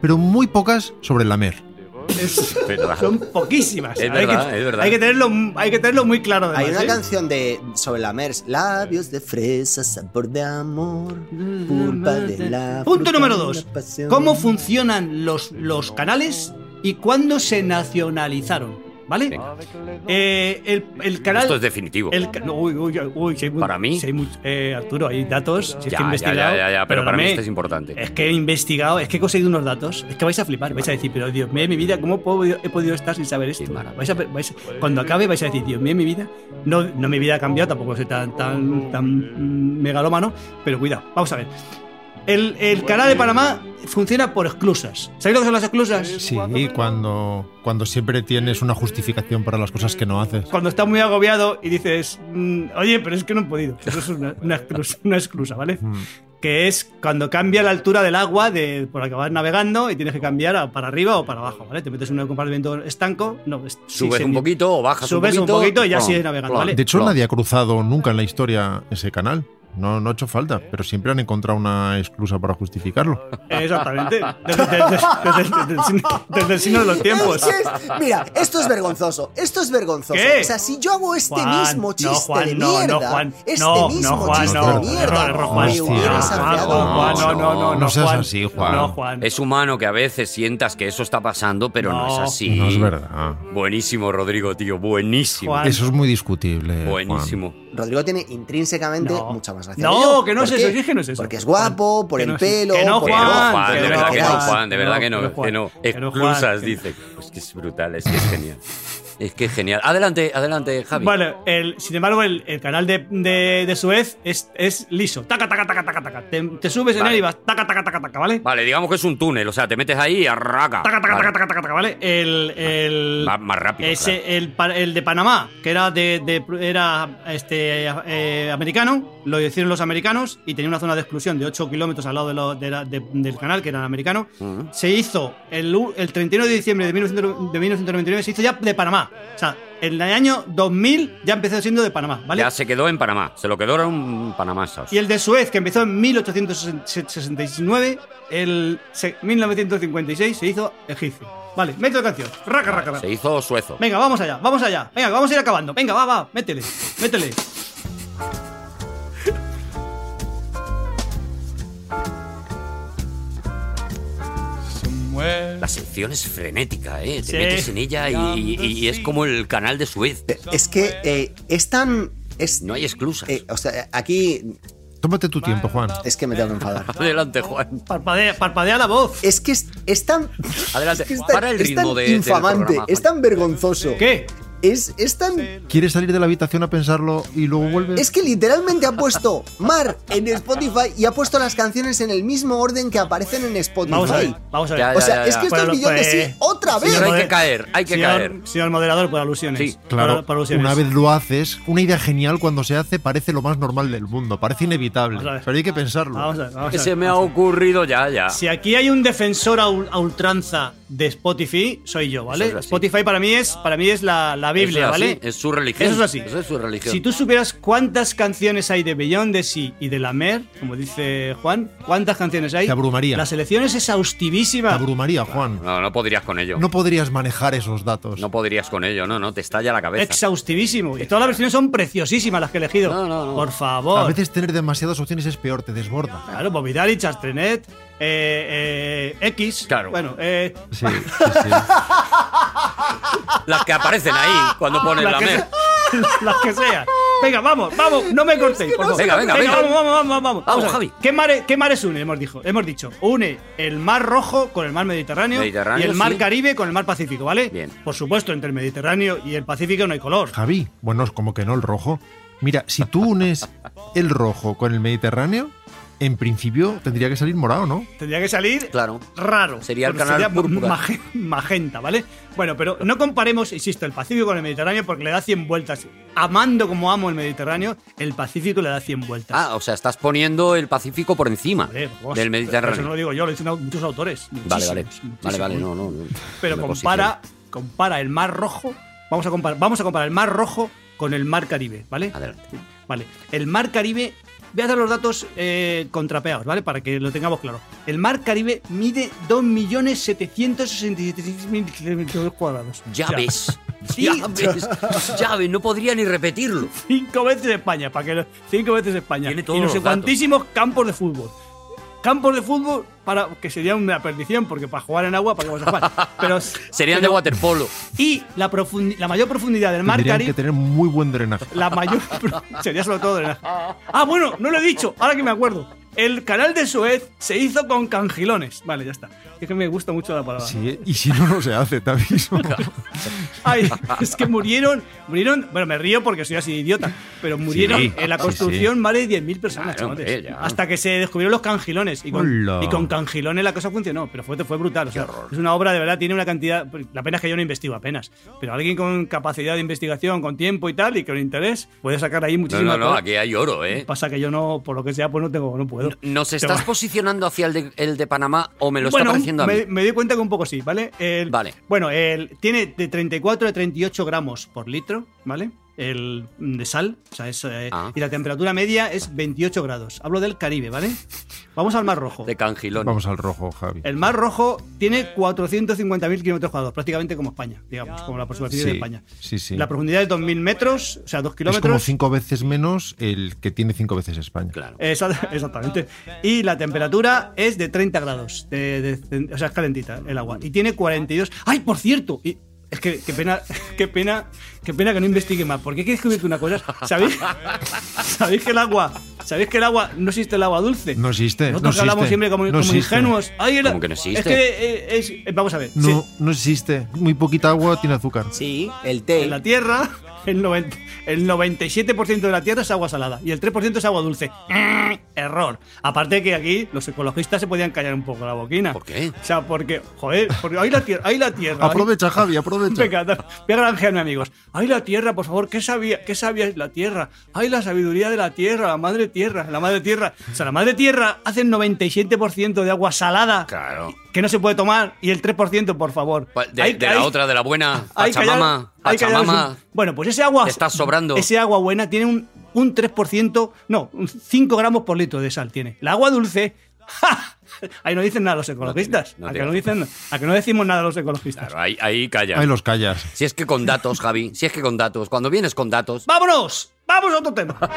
Speaker 2: pero muy pocas sobre lamer.
Speaker 3: Verdad.
Speaker 4: Son poquísimas.
Speaker 3: Es
Speaker 4: hay
Speaker 3: verdad,
Speaker 4: que,
Speaker 3: es verdad.
Speaker 4: Hay que tenerlo, hay que tenerlo muy claro. Además,
Speaker 1: Hay una
Speaker 4: ¿eh?
Speaker 1: canción de sobre la MERS. Labios de fresa, sabor de amor, pulpa de la.
Speaker 4: Punto
Speaker 1: fruta,
Speaker 4: número
Speaker 1: la
Speaker 4: 2.
Speaker 1: pasión.
Speaker 4: ¿Cómo funcionan los, los canales y cuándo se nacionalizaron? ¿Vale?
Speaker 3: Venga.
Speaker 4: Eh, el, el canal.
Speaker 3: Esto es definitivo.
Speaker 4: el ca- no, uy, uy, uy, si hay mu-
Speaker 3: ¿Para mí?
Speaker 4: si hay mu- eh, Arturo, hay datos. Si
Speaker 3: ya,
Speaker 4: es que he
Speaker 3: ya, ya,
Speaker 4: investigado.
Speaker 3: ya, ya, pero para mí
Speaker 4: perdóname, Eh,
Speaker 3: esto es importante.
Speaker 4: Es que he investigado, es que he conseguido unos datos. Es que vais a flipar, vais a decir, pero Dios mío, mi vida, ¿cómo puedo- he podido estar sin saber esto?
Speaker 3: maravilla.
Speaker 4: Vais a- vais a- cuando acabe, vais a decir, Dios mío, mi vida. No, no mi vida ha cambiado, tampoco soy tan, tan, tan mm, megalómano, pero cuidado, vamos a ver. El, el canal de Panamá funciona por exclusas. ¿Sabéis lo que son las exclusas?
Speaker 2: Sí, cuando, cuando siempre tienes una justificación para las cosas que no haces.
Speaker 4: cuando estás muy agobiado y dices, mm, oye, pero es que no he podido. Eso es una, una, exclusa, una exclusa, ¿vale?
Speaker 2: Mm.
Speaker 4: Que es cuando cambia la altura del agua de, por la que vas navegando y tienes que cambiar a- para arriba o para abajo, ¿vale? Te metes en un compartimento estanco, no, es- sí,
Speaker 3: Subes
Speaker 4: se-
Speaker 3: un poquito o bajas
Speaker 4: subes
Speaker 3: un
Speaker 4: un
Speaker 3: poquito.
Speaker 4: poquito y ya
Speaker 3: plom,
Speaker 4: sigues navegando,
Speaker 3: plom.
Speaker 4: ¿vale?
Speaker 2: De hecho,
Speaker 3: Plom.
Speaker 2: nadie ha cruzado nunca en la historia ese canal. No, no ha hecho falta, pero siempre han encontrado una excusa para justificarlo.
Speaker 4: Exactamente. Desde, desde- desde- desde el signo- desde el signo de los tiempos.
Speaker 1: Es que es- mira, esto es vergonzoso. Esto es vergonzoso.
Speaker 4: ¿Qué?
Speaker 1: O sea, si yo hago este
Speaker 4: Juan,
Speaker 1: mismo
Speaker 4: no,
Speaker 1: chiste
Speaker 4: Juan,
Speaker 1: de
Speaker 4: no, no,
Speaker 1: mierda,
Speaker 4: Juan,
Speaker 1: este
Speaker 4: no,
Speaker 1: mismo
Speaker 4: no, Juan,
Speaker 1: chiste
Speaker 2: no,
Speaker 1: de mierda,
Speaker 4: error,
Speaker 2: Juan,
Speaker 1: me
Speaker 2: hostia,
Speaker 1: hubieras
Speaker 2: Juan,
Speaker 1: afeado.
Speaker 2: Juan, Juan,
Speaker 4: no, no, no,
Speaker 2: no
Speaker 4: no,
Speaker 2: seas
Speaker 4: Juan.
Speaker 2: así, Juan.
Speaker 4: No, Juan.
Speaker 3: Es humano que a veces sientas que eso está pasando, pero no,
Speaker 4: No.
Speaker 3: es así.
Speaker 2: No es verdad.
Speaker 3: Buenísimo, Rodrigo, tío. Buenísimo.
Speaker 4: Juan.
Speaker 2: Eso es muy discutible. Juan.
Speaker 3: Buenísimo.
Speaker 1: Rodrigo tiene intrínsecamente
Speaker 4: No.
Speaker 1: mucha más gracia.
Speaker 4: No,
Speaker 1: que yo.
Speaker 4: que no es
Speaker 1: ¿Por
Speaker 4: eso,
Speaker 1: qué?
Speaker 4: dije que no es eso.
Speaker 1: Porque es guapo, por
Speaker 4: Que
Speaker 1: el
Speaker 4: no es-
Speaker 1: pelo.
Speaker 4: que no,
Speaker 1: por-
Speaker 3: Que no,
Speaker 4: Juan,
Speaker 3: Juan,
Speaker 4: que
Speaker 3: de
Speaker 4: no,
Speaker 3: verdad que no,
Speaker 4: Juan,
Speaker 3: Juan, de
Speaker 4: que
Speaker 3: verdad
Speaker 4: no,
Speaker 3: que
Speaker 4: que no,
Speaker 3: no. Que no.
Speaker 4: Juan, que no, Juan,
Speaker 3: Exclusas,
Speaker 4: que no.
Speaker 3: dice. Es que es brutal, es que es genial. Es que es genial. Adelante, adelante, Javi.
Speaker 4: Bueno, el- sin embargo, el, el canal de, de, de Suez es, es liso. Taca, taca, taca, taca, taca. Te, te subes en
Speaker 3: Vale.
Speaker 4: él y vas taca, taca, taca, taca, ¿vale?
Speaker 3: Vale, digamos que es un túnel, o sea, te metes ahí y arraca.
Speaker 4: Taca, taca,
Speaker 3: Vale.
Speaker 4: taca, taca, taca, taca, ¿vale? El, el,
Speaker 3: Va más rápido.
Speaker 4: ese- el, pa- el de Panamá, que era de, de- era este eh, americano, lo hicieron los americanos y tenía una zona de exclusión de 8 kilómetros al lado de lo- de la- de- del canal, que era americano.
Speaker 3: claro. Ujú.
Speaker 4: se hizo el, u- el 31 de diciembre de, 1900 de 1999, se hizo ya de Panamá. O sea, en el año 2000 ya empezó siendo de Panamá, ¿vale?
Speaker 3: Ya se quedó en Panamá. Se lo quedó en un Panamá. ¿sabes?
Speaker 4: Y el de Suez, que empezó en 1869, el se- 1956 se hizo egipcio. Vale, meto de canción. Raca, raca, raca.
Speaker 3: Se hizo suezo.
Speaker 4: Venga, vamos allá, vamos allá. Venga, vamos a ir acabando. Venga, va, va, métele, métele.
Speaker 3: La sección es frenética, ¿eh? Te
Speaker 4: Sí.
Speaker 3: metes en ella y, y- y es como el canal de Suez.
Speaker 1: Es que eh, es tan. Es,
Speaker 3: No hay exclusas.
Speaker 1: eh, o sea, aquí
Speaker 2: Tómate tu tiempo, Juan.
Speaker 1: es que me tengo que enfadar.
Speaker 3: Adelante, Juan.
Speaker 4: Parpadea, parpadea la voz.
Speaker 1: Es que es, es tan.
Speaker 3: Adelante.
Speaker 1: es que es tan-
Speaker 3: Para el
Speaker 1: es tan
Speaker 3: ritmo de. del
Speaker 1: infamante,
Speaker 3: programa,
Speaker 1: es
Speaker 3: Juan.
Speaker 1: tan vergonzoso.
Speaker 4: ¿Qué?
Speaker 1: Es, es tan.
Speaker 2: ¿Quieres salir de la habitación a pensarlo y luego vuelves?
Speaker 1: Es que literalmente ha puesto Mar en Spotify y ha puesto las canciones en el mismo orden que aparecen en Spotify.
Speaker 4: Vamos a ver, vamos a ver.
Speaker 3: Ya,
Speaker 1: O sea,
Speaker 3: ya,
Speaker 1: es que
Speaker 3: ya.
Speaker 1: estos
Speaker 4: Bueno,
Speaker 1: millones
Speaker 4: pues-
Speaker 1: sí, otra vez.
Speaker 3: Señor, hay
Speaker 4: Joder.
Speaker 3: que caer, hay que
Speaker 4: señor,
Speaker 3: caer.
Speaker 4: señor moderador, por alusiones.
Speaker 3: Sí,
Speaker 2: Claro,
Speaker 4: Por- por alusiones.
Speaker 2: una vez lo haces, una idea genial cuando se hace parece lo más normal del mundo, parece inevitable,
Speaker 4: Vamos a ver.
Speaker 2: pero hay que pensarlo.
Speaker 4: Vamos a ver, vamos a
Speaker 3: Que
Speaker 4: ver.
Speaker 3: se me ha ocurrido ya, ya.
Speaker 4: Si aquí hay un defensor a, ul- a ultranza de Spotify, soy yo, ¿vale?
Speaker 3: Eso es así.
Speaker 4: Spotify para mí es, para mí es la, la Biblia,
Speaker 3: Eso es así,
Speaker 4: ¿vale?
Speaker 3: Es su religión.
Speaker 4: Eso es así.
Speaker 3: Eso es su religión.
Speaker 4: Si tú supieras cuántas canciones hay de Beyond de Sí y de La Mer, como dice Juan, cuántas canciones hay.
Speaker 2: Te abrumaría.
Speaker 4: La selección es
Speaker 2: Te
Speaker 4: exhaustivísima.
Speaker 2: abrumaría, Juan.
Speaker 3: No, no podrías con ello.
Speaker 2: No
Speaker 3: No,
Speaker 2: podrías manejar esos datos.
Speaker 3: podrías con ello, no, no, te estalla la cabeza.
Speaker 4: Exhaustivísimo. Y todas las versiones son preciosísimas las que he elegido.
Speaker 3: No, no, no.
Speaker 4: Por favor.
Speaker 2: A veces tener demasiadas opciones es peor, te desborda.
Speaker 4: Claro, Bovidali, Chastrenet, eh, eh, X.
Speaker 3: Claro.
Speaker 4: Bueno, eh,
Speaker 2: Sí, sí, sí.
Speaker 3: Las que aparecen ahí cuando ponen la
Speaker 4: Las que
Speaker 3: mer.
Speaker 4: sea- Las que sean. Venga, vamos, vamos, no me cortéis, por favor.
Speaker 3: Venga, venga, venga.
Speaker 4: Vamos, vamos, vamos, vamos.
Speaker 3: Vamos,
Speaker 4: a ver.
Speaker 3: Javi.
Speaker 4: ¿Qué mares, qué mares une? Hemos, dijo, hemos dicho, une el mar rojo con el mar Mediterráneo,
Speaker 3: Mediterráneo,
Speaker 4: y el mar
Speaker 3: sí.
Speaker 4: Caribe con el mar Pacífico, ¿vale?
Speaker 3: Bien.
Speaker 4: Por supuesto, entre el Mediterráneo y el Pacífico no hay color.
Speaker 2: Javi, bueno, es como que no el rojo. Mira, si tú unes el rojo con el Mediterráneo, en principio tendría que salir morado, ¿no?
Speaker 4: Tendría que salir
Speaker 3: Claro.
Speaker 4: raro.
Speaker 3: Sería el
Speaker 4: Pero
Speaker 3: canal púrpura.
Speaker 4: maje- magenta, ¿vale? Bueno, pero no comparemos, insisto, el Pacífico con el Mediterráneo porque le da 100 vueltas. Amando como amo el Mediterráneo, el Pacífico le da 100 vueltas.
Speaker 3: Ah, o sea, estás poniendo el Pacífico por encima
Speaker 4: Joder,
Speaker 3: del
Speaker 4: vos, pero Eso no
Speaker 3: Mediterráneo.
Speaker 4: lo digo yo, lo dicen muchos autores.
Speaker 3: Vale,
Speaker 4: muchísimos,
Speaker 3: vale. Vale,
Speaker 4: muchísimos.
Speaker 3: vale, no, no. no.
Speaker 4: Pero
Speaker 3: Me
Speaker 4: compara, compara el Mar Rojo. Vamos a comparar, vamos a comparar el Mar Rojo con el Mar Caribe, ¿vale?
Speaker 3: posiciono. Adelante.
Speaker 4: Vale. El Mar Caribe. Voy a dar los datos eh, contrapeados, ¿vale? Para que lo tengamos claro. El Mar Caribe mide 2.767.000 kilómetros cuadrados.
Speaker 3: Ya
Speaker 4: O sea,
Speaker 3: ves.
Speaker 4: Sí.
Speaker 3: Ya ves. Ya ves, no podría ni repetirlo.
Speaker 4: Cinco veces España, para que lo- cinco veces España.
Speaker 3: Tiene todos
Speaker 4: y no sé
Speaker 3: los datos.
Speaker 4: cuantísimos campos de fútbol. Campos de fútbol para, que sería una perdición, porque para jugar en agua, ¿para qué vas a jugar? Pero,
Speaker 3: Serían de
Speaker 4: pero-
Speaker 3: waterpolo.
Speaker 4: Y la, profundi- la mayor profundidad del mar
Speaker 2: Tendrían que
Speaker 4: Caribe.
Speaker 2: tener muy buen drenaje.
Speaker 4: La mayor. sería sobre todo drenaje. Ah, bueno, no lo he dicho, ahora que me acuerdo. El canal de Suez se hizo con cangilones. Vale, ya está. Es que me gusta mucho la palabra.
Speaker 2: Sí, ¿eh? y si no, no se hace, te aviso.
Speaker 4: Ay, es que murieron, murieron, bueno, me río porque soy así de idiota, pero murieron
Speaker 2: Sí,
Speaker 4: en la
Speaker 2: sí,
Speaker 4: construcción más de 10.000 personas,
Speaker 3: Claro,
Speaker 4: chavales.
Speaker 3: hombre, ya.
Speaker 4: hasta que se descubrieron los cangilones. Y con,
Speaker 2: Hola.
Speaker 4: y con cangilones la cosa funcionó, pero fue, fue brutal. o sea, es una obra, de verdad, tiene una cantidad, la pena es que yo no investigo apenas, pero alguien con capacidad de investigación, con tiempo y tal, y con interés, puede sacar ahí
Speaker 3: No, no,
Speaker 4: muchísimas
Speaker 3: no,
Speaker 4: cosas.
Speaker 3: aquí hay oro, ¿eh?
Speaker 4: Pasa que yo no, por lo que sea, pues no tengo, no puedo.
Speaker 3: ¿Nos
Speaker 4: Tengo-
Speaker 3: estás posicionando hacia el de, el de Panamá o me lo
Speaker 4: bueno,
Speaker 3: está pareciendo a mí?
Speaker 4: Me, me doy cuenta que un poco sí, ¿vale? El-
Speaker 3: Vale.
Speaker 4: Bueno, el, tiene de 34 a 38 gramos por litro, ¿vale? El mm, de sal, o sea, es, eh,
Speaker 3: Ah.
Speaker 4: y la temperatura media es 28 grados. Hablo del Caribe, ¿vale? Vamos al Mar Rojo.
Speaker 3: De Cangilón.
Speaker 2: Vamos al rojo, Javi.
Speaker 4: El Mar Rojo tiene 450.000 kilómetros cuadrados, prácticamente como España, digamos, como la superficie de España.
Speaker 2: sí, sí.
Speaker 4: La profundidad es 2.000 metros, o sea, 2
Speaker 2: es como
Speaker 4: kilómetros.
Speaker 2: cinco veces menos el que tiene cinco veces España.
Speaker 3: Claro.
Speaker 4: Exa- Exactamente. Y la temperatura es de 30 grados. de- de- o sea, es calentita el agua. Y tiene 42. ¡Ay, por cierto! Y- es que qué pena, qué pena, qué pena que no investigue más. Porque hay que descubrirte una cosa. ¿Sabéis? ¿Sabéis que el agua? ¿Sabéis que el agua no existe el agua dulce?
Speaker 2: No existe, no
Speaker 4: Nosotros hablamos
Speaker 2: existe,
Speaker 4: siempre como,
Speaker 2: no
Speaker 4: como
Speaker 2: existe.
Speaker 4: ingenuos. Ay, el-
Speaker 3: ¿Cómo que no existe?
Speaker 4: Es que eh, es- eh, vamos a ver.
Speaker 2: No,
Speaker 4: sí,
Speaker 2: no existe. Muy poquita agua tiene azúcar.
Speaker 1: Sí, el
Speaker 4: en
Speaker 1: té.
Speaker 4: la tierra el, 90 el 97% de la tierra es agua salada y el 3% es agua dulce. Mm, Error. Aparte que aquí los ecologistas se podían callar un poco la boquina.
Speaker 3: ¿Por qué?
Speaker 4: O sea, porque, joder, porque hay la tierra, hay la tierra. hay-
Speaker 2: Aprovecha, Javi, aprovecha.
Speaker 4: Venga, da- voy a granjearme, amigos. Ay, la tierra, por favor, ¿qué sabía, qué sabía la tierra? Ay, la sabiduría de la tierra, la madre tierra, la madre tierra. O sea, la madre tierra hace el 97% de agua salada
Speaker 3: Claro.
Speaker 4: que no se puede tomar y el 3%, por favor.
Speaker 3: Pa- Pues, De,
Speaker 4: Hay-
Speaker 3: de la
Speaker 4: hay-
Speaker 3: otra, de la buena.
Speaker 4: hay que
Speaker 3: Ah, Pachamama.
Speaker 4: hallar- hay que hallar
Speaker 3: Pachamama.
Speaker 4: su- Bueno, pues ese agua.
Speaker 3: Está sobrando.
Speaker 4: Ese agua buena tiene un, un 3%, no, un 5 gramos por litro de sal tiene. El agua dulce. ¡ja! Ahí no dicen nada los ecologistas.
Speaker 3: tiene, no
Speaker 4: a, que
Speaker 3: tiene.
Speaker 4: no dicen, a que no decimos nada los ecologistas.
Speaker 3: Claro, ahí, ahí calla.
Speaker 2: Ahí los callas.
Speaker 3: Si es que con datos, Javi. Si es que con datos. Cuando vienes con datos.
Speaker 4: ¡Vámonos! ¡Vamos a otro tema!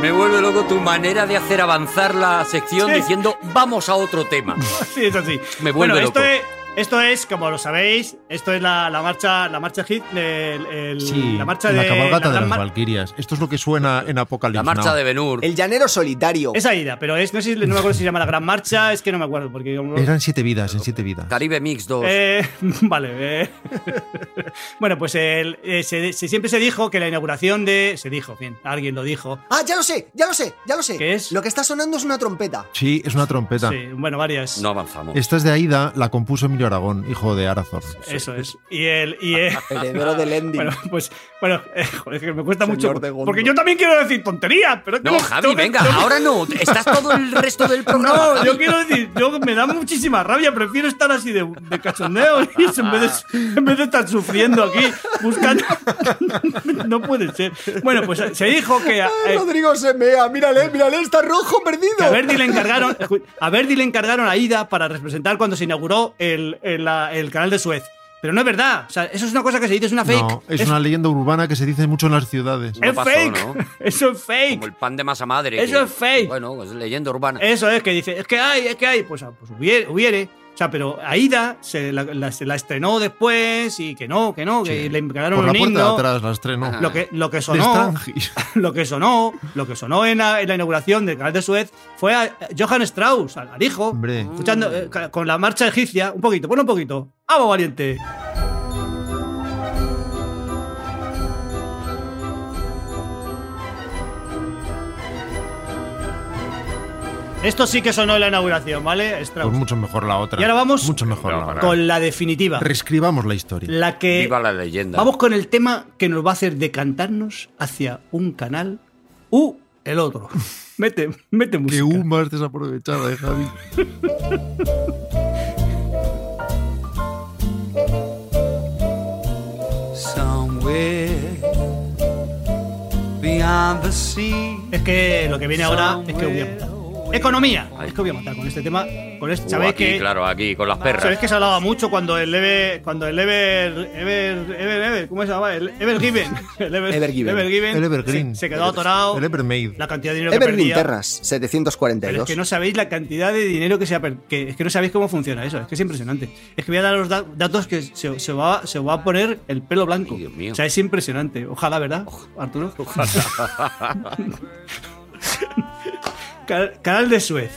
Speaker 3: Me vuelve loco tu manera de hacer avanzar la sección
Speaker 4: Sí.
Speaker 3: diciendo vamos a otro tema.
Speaker 4: Sí, es así.
Speaker 3: Me vuelve
Speaker 4: bueno, esto
Speaker 3: loco.
Speaker 4: es, esto es, como lo sabéis, esto es la, la marcha, la marcha hit, el- el- la marcha de
Speaker 2: cabalgata de
Speaker 4: la gran
Speaker 2: las
Speaker 4: mar-
Speaker 2: Valquirias. Esto es lo que suena en Apocalipsis.
Speaker 3: La marcha
Speaker 2: Now.
Speaker 3: de Benur.
Speaker 1: El llanero solitario.
Speaker 4: Esa ida, pero es, no, sé, si- no me acuerdo si se llama la gran marcha, es que no me acuerdo. Porque
Speaker 2: Eran siete vidas, en siete vidas.
Speaker 3: Caribe Mix 2.
Speaker 4: Eh, vale. eh. bueno, pues el- eh, se, se- siempre se dijo que la inauguración de. Se dijo, bien, alguien lo dijo.
Speaker 1: Ah, ya lo sé, ya lo sé, ya lo sé.
Speaker 4: ¿Qué es?
Speaker 1: Lo que está sonando es una trompeta.
Speaker 2: Sí, es una trompeta.
Speaker 4: Sí, bueno, varias.
Speaker 3: No avanzamos.
Speaker 2: Esta es de Aida, la compuso Emilio Aragón, hijo de Arazorn.
Speaker 4: Eso es. Y el. Y el-
Speaker 1: Heredero del ending.
Speaker 4: Ah. Bueno, pues, bueno, eh, joder, es que me cuesta
Speaker 1: Señor
Speaker 4: mucho.
Speaker 1: de Gondo.
Speaker 4: Porque yo también quiero decir tonterías, pero.
Speaker 3: No,
Speaker 4: tengo-
Speaker 3: Javi,
Speaker 4: tengo que-
Speaker 3: venga,
Speaker 4: tengo que-
Speaker 3: ahora no. Estás todo el resto del programa.
Speaker 4: No,
Speaker 3: Javi.
Speaker 4: yo quiero decir, yo me da muchísima rabia, prefiero estar así de, de cachondeo y eso, en, vez de, en vez de estar sufriendo aquí buscando. no puede ser. Bueno, pues eh, se dijo que. eh,
Speaker 1: Ay, Rodrigo se mea, mírale, mírale, está rojo perdido.
Speaker 4: que a Verdi le encargaron escu- a Verdi le encargaron a Ida para representar cuando se inauguró el, el- la- el canal de Suez. Pero no es verdad. O sea, eso es una cosa que se dice, es una fake.
Speaker 2: No, es una leyenda urbana que se dice mucho en las ciudades.
Speaker 4: es
Speaker 3: No pasó,
Speaker 4: fake.
Speaker 3: ¿no?
Speaker 4: Eso es fake.
Speaker 3: Como el pan de masa madre.
Speaker 4: Eso es fake. Eh,
Speaker 3: Bueno, es leyenda urbana.
Speaker 4: Eso es, que dice, es que hay, es que hay. Pues, ah, pues hubiere, hubiere. O sea, pero Aida se la, la- se la estrenó después y que no, que no, que
Speaker 2: Sí.
Speaker 4: le encargaron
Speaker 2: Por la
Speaker 4: un
Speaker 2: puerta de
Speaker 4: himno.
Speaker 2: atrás la estrenó.
Speaker 3: Ajá.
Speaker 4: Lo que, lo que
Speaker 2: De
Speaker 4: sonó.
Speaker 2: Strange.
Speaker 4: Lo que sonó, lo que sonó en la, en la inauguración del canal de Suez fue a Johann Strauss, al, al hijo,
Speaker 2: Hombre.
Speaker 4: escuchando eh, ca- con la marcha egipcia, un poquito, pon un poquito. ¡Vamos, valiente! Esto sí que sonó en la inauguración, ¿vale? Strauss.
Speaker 2: Pues mucho mejor la otra.
Speaker 4: Y ahora vamos
Speaker 2: Mucho mejor la otra.
Speaker 4: con la definitiva.
Speaker 2: Reescribamos la historia.
Speaker 4: La que
Speaker 3: Viva la leyenda.
Speaker 4: Vamos con el tema que nos va a hacer decantarnos hacia un canal u el otro. mete, mete
Speaker 2: Qué
Speaker 4: música.
Speaker 2: U más desaprovechada, eh, Javi.
Speaker 5: Somewhere beyond the sea.
Speaker 4: Es que lo que viene ahora es que huye. Economía.
Speaker 3: Ahí.
Speaker 4: Es que voy a matar con este tema. Con este,
Speaker 3: Uh,
Speaker 4: ¿Sabéis
Speaker 3: aquí,
Speaker 4: que
Speaker 3: claro, aquí, con las perras.
Speaker 4: Sabéis que se hablaba mucho cuando el Ever. Cuando el Ever. Ever. Ever. Ever ¿Cómo se llamaba? El Ever Given. El Ever,
Speaker 1: Evergiven.
Speaker 4: Evergiven
Speaker 2: El Evergreen.
Speaker 4: Se, se quedó atorado.
Speaker 2: El Evermade.
Speaker 4: La cantidad de dinero que
Speaker 1: Evergreen
Speaker 4: perdía.
Speaker 1: Terras,
Speaker 4: Pero
Speaker 1: 742.
Speaker 4: es que no sabéis la cantidad de dinero que se ha per- que Es que no sabéis cómo funciona eso. Es que es impresionante. Es que voy a dar los da- datos que se, se va, se va a poner el pelo blanco.
Speaker 3: Ay, Dios mío.
Speaker 4: O sea, es impresionante. Ojalá, ¿verdad, Arturo? Ca- canal de Suez.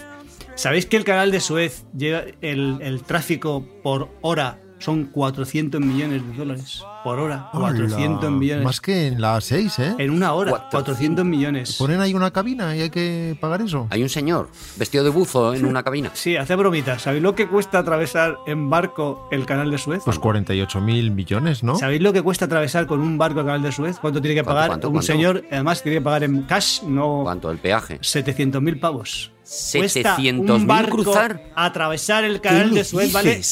Speaker 4: ¿Sabéis que el canal de Suez llega el, el tráfico por hora son 400 millones de dólares? Por hora. 400
Speaker 2: Hola.
Speaker 4: millones.
Speaker 2: Más que en la 6, ¿eh?
Speaker 4: En una hora. 400 millones.
Speaker 2: Ponen ahí una cabina y hay que pagar eso.
Speaker 3: Hay un señor vestido de buzo en una cabina.
Speaker 4: Sí, hace bromitas. ¿Sabéis lo que cuesta atravesar en barco el canal de Suez?
Speaker 2: Pues 48 mil millones, ¿no?
Speaker 4: ¿Sabéis lo que cuesta atravesar con un barco el canal de Suez? ¿Cuánto tiene que
Speaker 3: ¿Cuánto,
Speaker 4: pagar
Speaker 3: cuánto,
Speaker 4: un
Speaker 3: cuánto?
Speaker 4: señor? Además, tiene que pagar en cash, no
Speaker 3: ¿Cuánto? El peaje.
Speaker 4: 700.000 pavos. Cuesta un
Speaker 3: 700.000
Speaker 4: barco
Speaker 3: cruzar.
Speaker 4: atravesar el canal
Speaker 1: ¿Qué me
Speaker 4: de Suez vale
Speaker 1: dices?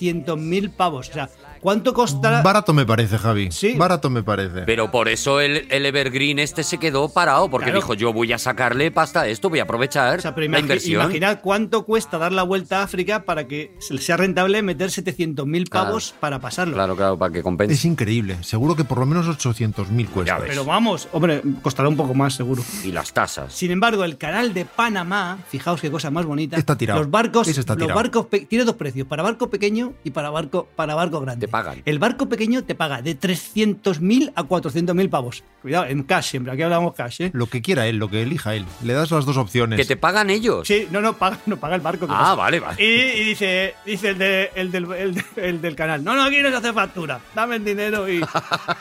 Speaker 4: 700.000 pavos. O sea, ¿cuánto costará?
Speaker 2: Barato me parece, Javi.
Speaker 4: Sí.
Speaker 2: Barato me parece.
Speaker 3: Pero por eso el, el Evergreen este se quedó parado, porque
Speaker 4: Claro.
Speaker 3: dijo, yo voy a sacarle pasta a esto, voy a aprovechar
Speaker 4: O sea, pero
Speaker 3: la
Speaker 4: imagi-
Speaker 3: inversión.
Speaker 4: imaginad cuánto cuesta dar la vuelta a África para que se- sea rentable meter 700.000 pavos para pasarlo.
Speaker 3: Claro, claro, para que compense.
Speaker 2: Es increíble. Seguro que por lo menos 800 mil cuesta.
Speaker 3: Ya ves.
Speaker 4: Pero vamos, hombre, costará un poco más seguro.
Speaker 3: Y las tasas.
Speaker 4: Sin embargo, el canal de Panamá, fijaos qué cosa más bonita.
Speaker 2: Está tirado.
Speaker 4: Los barcos,
Speaker 2: Ese está
Speaker 4: los
Speaker 2: tirado.
Speaker 4: barcos pe- tiene dos precios, para barco pequeño y para barco para barco grande.
Speaker 3: Te pagan.
Speaker 4: El barco pequeño te paga de 300.000 a 400.000 pavos. Cuidado, en cash siempre, aquí hablamos cash, ¿eh?
Speaker 2: Lo que quiera él, lo que elija él. Le das las dos opciones.
Speaker 3: Que te pagan ellos.
Speaker 4: Sí, no, no, paga, no paga el barco. ¿qué
Speaker 3: Ah,
Speaker 4: pasa?
Speaker 3: vale, vale.
Speaker 4: Y, y dice, dice el, de- el del, el de- el del canal, no, no, aquí no se hace factura, dame el dinero y...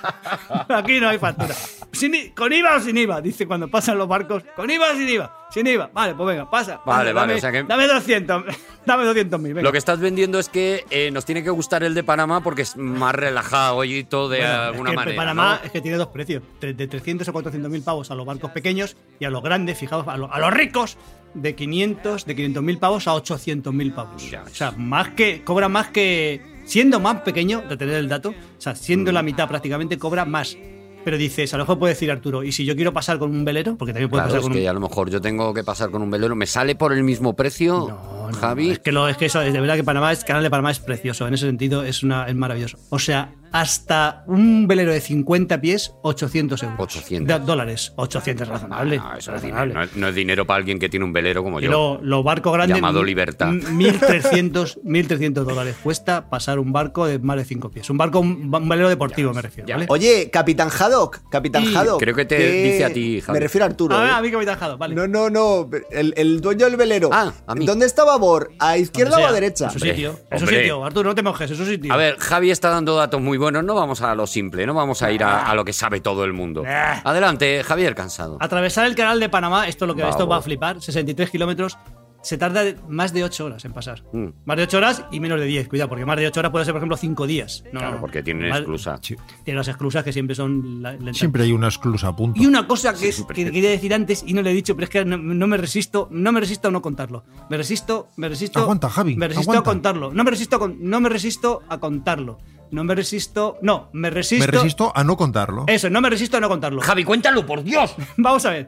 Speaker 4: aquí no hay factura. Sin i- ¿Con IVA o sin IVA? Dice cuando pasan los barcos, ¿con IVA o sin IVA? Sin IVA, vale, pues venga, pasa.
Speaker 3: Vale,
Speaker 4: Dame-
Speaker 3: vale, o sea que-
Speaker 4: Dame 200, dame 200 mil, venga.
Speaker 3: Lo que estás vendiendo es que eh, nos tiene que gustar el de Panamá porque es más relajado y todo de
Speaker 4: Bueno,
Speaker 3: alguna
Speaker 4: es que
Speaker 3: manera.
Speaker 4: Panamá
Speaker 3: ¿no?
Speaker 4: es que tiene dos precios, tre- de 300 o 400 mil pavos a los barcos pequeños y a los grandes, fijaos, a, lo- a los ricos, de 500, de 500 mil pavos a 800 mil pavos.
Speaker 3: Ya
Speaker 4: O
Speaker 3: ves.
Speaker 4: sea, más que, cobra más que, siendo más pequeño, retener el dato, o sea, siendo
Speaker 3: Mm.
Speaker 4: la mitad prácticamente, cobra más. Pero dices, a lo mejor puede decir Arturo, y si yo quiero pasar con un velero, porque también puede
Speaker 3: Claro,
Speaker 4: pasar
Speaker 3: es
Speaker 4: con
Speaker 3: que
Speaker 4: un...
Speaker 3: a lo mejor yo tengo que pasar con un velero. ¿Me sale por el mismo precio,
Speaker 4: No, no,
Speaker 3: Javi?
Speaker 4: Es que, lo, es que eso, de verdad que Panamá, es, Canal de Panamá es precioso, en ese sentido es, una, es maravilloso. O sea, hasta un velero de 50 pies, 800 euros.
Speaker 3: 800.
Speaker 4: Do- dólares, 800 razonable.
Speaker 3: No, Ah, eso es
Speaker 4: razonable.
Speaker 3: dinero. No es, no es dinero para alguien que tiene un velero como
Speaker 4: Y
Speaker 3: yo.
Speaker 4: luego, los barcos grandes.
Speaker 3: Llamado
Speaker 4: m-
Speaker 3: Libertad.
Speaker 4: m- 1300, 1300 dólares cuesta pasar un barco de más de 5 pies. Un barco, un, un velero deportivo, me refiero.
Speaker 3: ya.
Speaker 4: ¿vale?
Speaker 1: Oye, Capitán Haddock, Capitán
Speaker 4: Y
Speaker 1: Haddock.
Speaker 3: creo que te
Speaker 1: ¿qué-
Speaker 3: dice a ti, Javi.
Speaker 1: Me refiero a Arturo.
Speaker 4: Ah,
Speaker 1: ¿eh?
Speaker 4: a mí que me he tajado, vale.
Speaker 1: No, no, no. El, el dueño del velero.
Speaker 3: Ah, a mí.
Speaker 1: ¿Dónde estaba Bor? ¿A
Speaker 4: Donde
Speaker 1: izquierda o
Speaker 4: sea,
Speaker 1: a derecha?
Speaker 4: En su
Speaker 3: Hombre,
Speaker 4: sitio. En su
Speaker 3: hombre.
Speaker 4: sitio, Arturo, no te mojes, en su sitio.
Speaker 3: A ver, Javi está dando datos muy buenos. No vamos a lo simple, no vamos a ir a, a lo que sabe todo el mundo.
Speaker 4: Ah.
Speaker 3: Adelante, Javier Cansado.
Speaker 4: Atravesar el canal de Panamá, esto, es lo que, esto
Speaker 3: Vamos.
Speaker 4: va a flipar, 63 kilómetros, se tarda de- más de 8 horas en pasar.
Speaker 3: Mm.
Speaker 4: Más de 8 horas y menos de 10, cuidado, porque más de 8 horas puede ser, por ejemplo, 5 días. No,
Speaker 3: Claro,
Speaker 4: no,
Speaker 3: porque tienen
Speaker 4: más-
Speaker 3: exclusa.
Speaker 4: Tiene las exclusas que siempre son la- lentas.
Speaker 2: Siempre hay una exclusa a punto.
Speaker 4: Y una cosa que, es-
Speaker 3: Siempre.
Speaker 4: que quería decir antes y no le he dicho, pero es que no, no me resisto, no me resisto a no contarlo. Me resisto, me resisto.
Speaker 2: Aguanta, Javi,
Speaker 4: Me resisto
Speaker 2: aguanta.
Speaker 4: a contarlo. No me resisto a, con- no me resisto a contarlo. No me resisto. No, me resisto.
Speaker 2: Me resisto a no contarlo.
Speaker 4: Eso, no me resisto a no contarlo.
Speaker 3: Javi, cuéntalo, por Dios.
Speaker 4: Vamos a ver.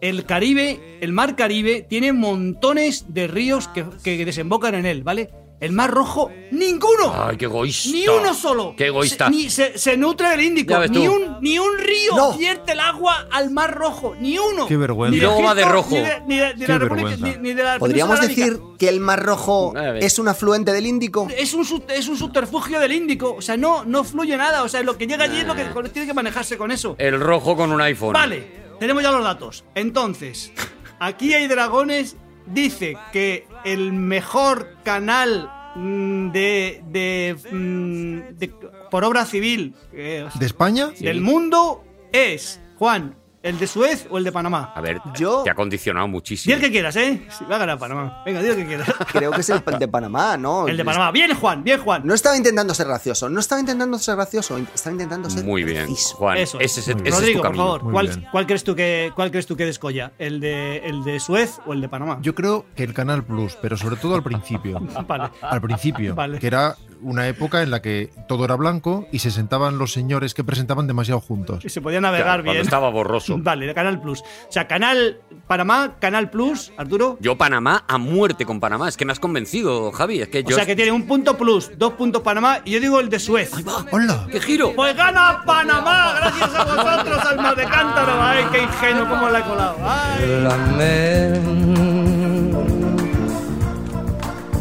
Speaker 4: El Caribe, el mar Caribe, tiene montones de ríos que, que desembocan en él, ¿vale? El mar rojo, ninguno.
Speaker 3: Ay, qué egoísta.
Speaker 4: Ni uno solo.
Speaker 3: Qué egoísta.
Speaker 4: Se, ni- se- se nutre del Índico.
Speaker 3: Ya ves
Speaker 4: Ni
Speaker 3: tú.
Speaker 4: un, ni un río
Speaker 1: No.
Speaker 4: vierte el agua al Mar Rojo. Ni uno.
Speaker 2: Qué vergüenza.
Speaker 4: Ni
Speaker 2: Y
Speaker 4: de
Speaker 3: luego va de
Speaker 4: Egipto,
Speaker 3: rojo.
Speaker 4: Ni de, ni de- de
Speaker 2: Qué
Speaker 4: la República,
Speaker 2: vergüenza.
Speaker 4: ni- ni de la
Speaker 1: ¿Podríamos
Speaker 4: Península Arábica.
Speaker 1: decir que el Mar Rojo
Speaker 3: A ver.
Speaker 1: es un afluente del Índico?
Speaker 4: Es un, sub- es un subterfugio del Índico. O sea, no, no fluye nada. O sea, lo que llega allí es lo que
Speaker 3: Eh.
Speaker 4: tiene que manejarse con eso.
Speaker 3: El rojo con un iPhone.
Speaker 4: Vale, tenemos ya los datos. Entonces, aquí hay dragones. Dice que el mejor canal mm, de, de, mm, de- por obra civil eh,
Speaker 2: ¿De España?
Speaker 4: del mundo es Juan, el de Suez o el de Panamá.
Speaker 3: A ver,
Speaker 1: Yo-
Speaker 3: te ha condicionado
Speaker 4: Di
Speaker 3: muchísimo.
Speaker 4: el que quieras, ¿eh? Sí, va a ganar Panamá. Venga, di el que quieras.
Speaker 1: Creo que es el de Panamá, ¿no?
Speaker 4: El de Panamá. Bien, Juan, bien, Juan.
Speaker 1: No estaba intentando ser gracioso, no estaba intentando ser gracioso, estaba intentando ser
Speaker 3: Muy bien,
Speaker 1: preciso.
Speaker 3: Juan.
Speaker 4: Eso es.
Speaker 3: Ese, es, ese es
Speaker 4: Rodrigo,
Speaker 3: tu
Speaker 4: por
Speaker 3: camino.
Speaker 4: favor,
Speaker 2: Muy
Speaker 4: ¿cuál,
Speaker 2: bien.
Speaker 4: cuál crees tú que, ¿cuál crees tú que descolla? ¿El de, ¿El de Suez o el de Panamá?
Speaker 2: Yo creo que el Canal Plus, pero sobre todo al principio.
Speaker 4: Vale.
Speaker 2: Al principio,
Speaker 4: Vale.
Speaker 2: que era una época en la que todo era blanco y se sentaban los señores que presentaban demasiado juntos.
Speaker 4: Y se podía
Speaker 3: Claro,
Speaker 4: navegar
Speaker 3: cuando
Speaker 4: bien.
Speaker 3: estaba borroso.
Speaker 4: Vale, de Canal Plus. O sea, Canal Panamá, Canal Plus, Arturo.
Speaker 3: Yo Panamá a muerte con Panamá. Es que me has convencido, Javi. Es que
Speaker 4: O
Speaker 3: yo...
Speaker 4: sea, que tiene un punto plus, dos puntos Panamá y yo digo el de Suez.
Speaker 2: ¡Hola!
Speaker 3: ¡Qué giro!
Speaker 4: Pues gana Panamá, gracias a vosotros, alma de cántaro. Ay, qué ingenuo, cómo la he colado. Ay.
Speaker 5: la mer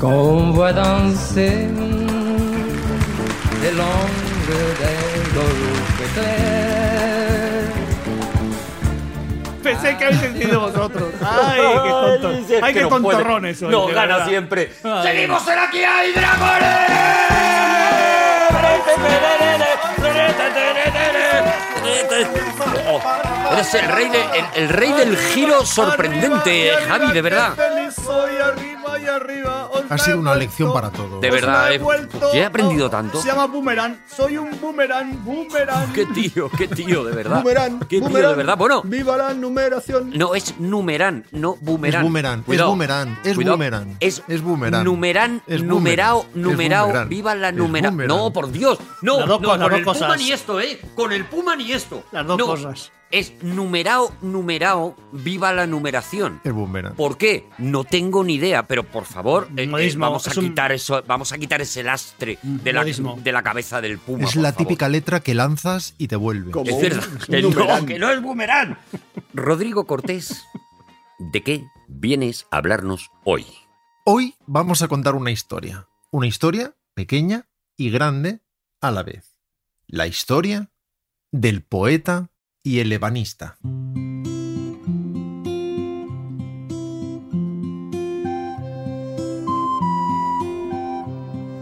Speaker 5: qu'on voit danser les langues des golfes clairs.
Speaker 4: Pensé que habéis decidido vosotros. Ay, qué tonto.
Speaker 3: Ay, si es
Speaker 4: Ay, qué
Speaker 3: no puede.
Speaker 4: tontorrones hoy,
Speaker 3: No,
Speaker 4: de
Speaker 3: gana
Speaker 4: verdad.
Speaker 3: siempre.
Speaker 4: Ay.
Speaker 3: ¡Seguimos en Aquí hay dragones! Oh, eres el rey, de- el, el rey del giro sorprendente,
Speaker 4: Arriba y arriba,
Speaker 3: Javi, de
Speaker 4: qué
Speaker 3: verdad.
Speaker 4: feliz soy, arriba y arriba. Os
Speaker 2: Ha
Speaker 4: la
Speaker 2: sido
Speaker 4: he
Speaker 2: una
Speaker 4: vuelto,
Speaker 2: lección para todos.
Speaker 3: De
Speaker 4: os la
Speaker 3: verdad,
Speaker 4: Pues he
Speaker 3: eh.
Speaker 4: vuelto.
Speaker 3: Yo he aprendido tanto.
Speaker 4: Se llama boomerang. Soy un boomerang, boomerang.
Speaker 3: Qué tío, qué tío, de verdad.
Speaker 1: Boomerang,
Speaker 3: Qué tío,
Speaker 1: boomerang,
Speaker 3: de verdad. Bueno,
Speaker 1: Viva la numeración.
Speaker 3: no es numerán, no boomerán.
Speaker 2: Es boomerang, es
Speaker 3: Cuidado,
Speaker 2: boomerang, es
Speaker 3: cuidado.
Speaker 2: boomerang,
Speaker 3: Es,
Speaker 2: es boomerang,
Speaker 3: Numerán,
Speaker 2: es boomerang,
Speaker 3: numerao,
Speaker 2: es
Speaker 3: numerao.
Speaker 2: boomerang,
Speaker 3: Viva la
Speaker 2: es
Speaker 3: numera.
Speaker 2: boomerang.
Speaker 3: No, por Dios. No,
Speaker 4: Las dos
Speaker 3: no,
Speaker 4: cosas,
Speaker 3: con
Speaker 4: las dos
Speaker 3: el Puma
Speaker 4: cosas.
Speaker 3: ni esto, ¿eh? Con el Puma ni esto.
Speaker 4: Las dos
Speaker 3: No,
Speaker 4: cosas.
Speaker 3: Es numerao, numerao. Viva la numeración.
Speaker 2: Es boomerang.
Speaker 3: ¿Por qué? No tengo ni idea, pero por favor, eh, eh,
Speaker 4: Modismo,
Speaker 3: vamos, a
Speaker 4: es un-
Speaker 3: quitar eso, vamos a quitar ese lastre de la,
Speaker 4: modismo.
Speaker 3: de la cabeza del puma.
Speaker 2: Es
Speaker 3: por
Speaker 2: la
Speaker 3: favor.
Speaker 2: típica letra que lanzas y te vuelve.
Speaker 1: Como
Speaker 3: Es
Speaker 1: un-
Speaker 3: verdad.
Speaker 1: un
Speaker 3: Que no,
Speaker 1: numerán.
Speaker 3: que no es boomerang. Rodrigo Cortés, ¿de qué vienes a hablarnos hoy?
Speaker 2: Hoy vamos a contar una historia. Una historia pequeña y grande a la vez. La historia del poeta y el ebanista.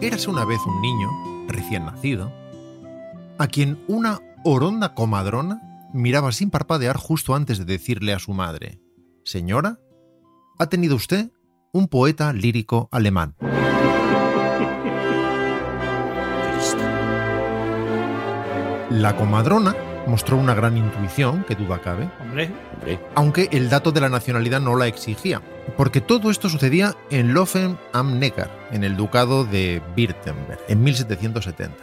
Speaker 2: Érase una vez un niño, recién nacido, a quien una oronda comadrona miraba sin parpadear justo antes de decirle a su madre, Señora, ha tenido usted un poeta lírico alemán. La comadrona mostró una gran intuición, que duda cabe,
Speaker 4: Hombre,
Speaker 2: aunque el dato de la nacionalidad no la exigía, porque todo esto sucedía en Lofen am Neckar, en el ducado de Württemberg, en 1770.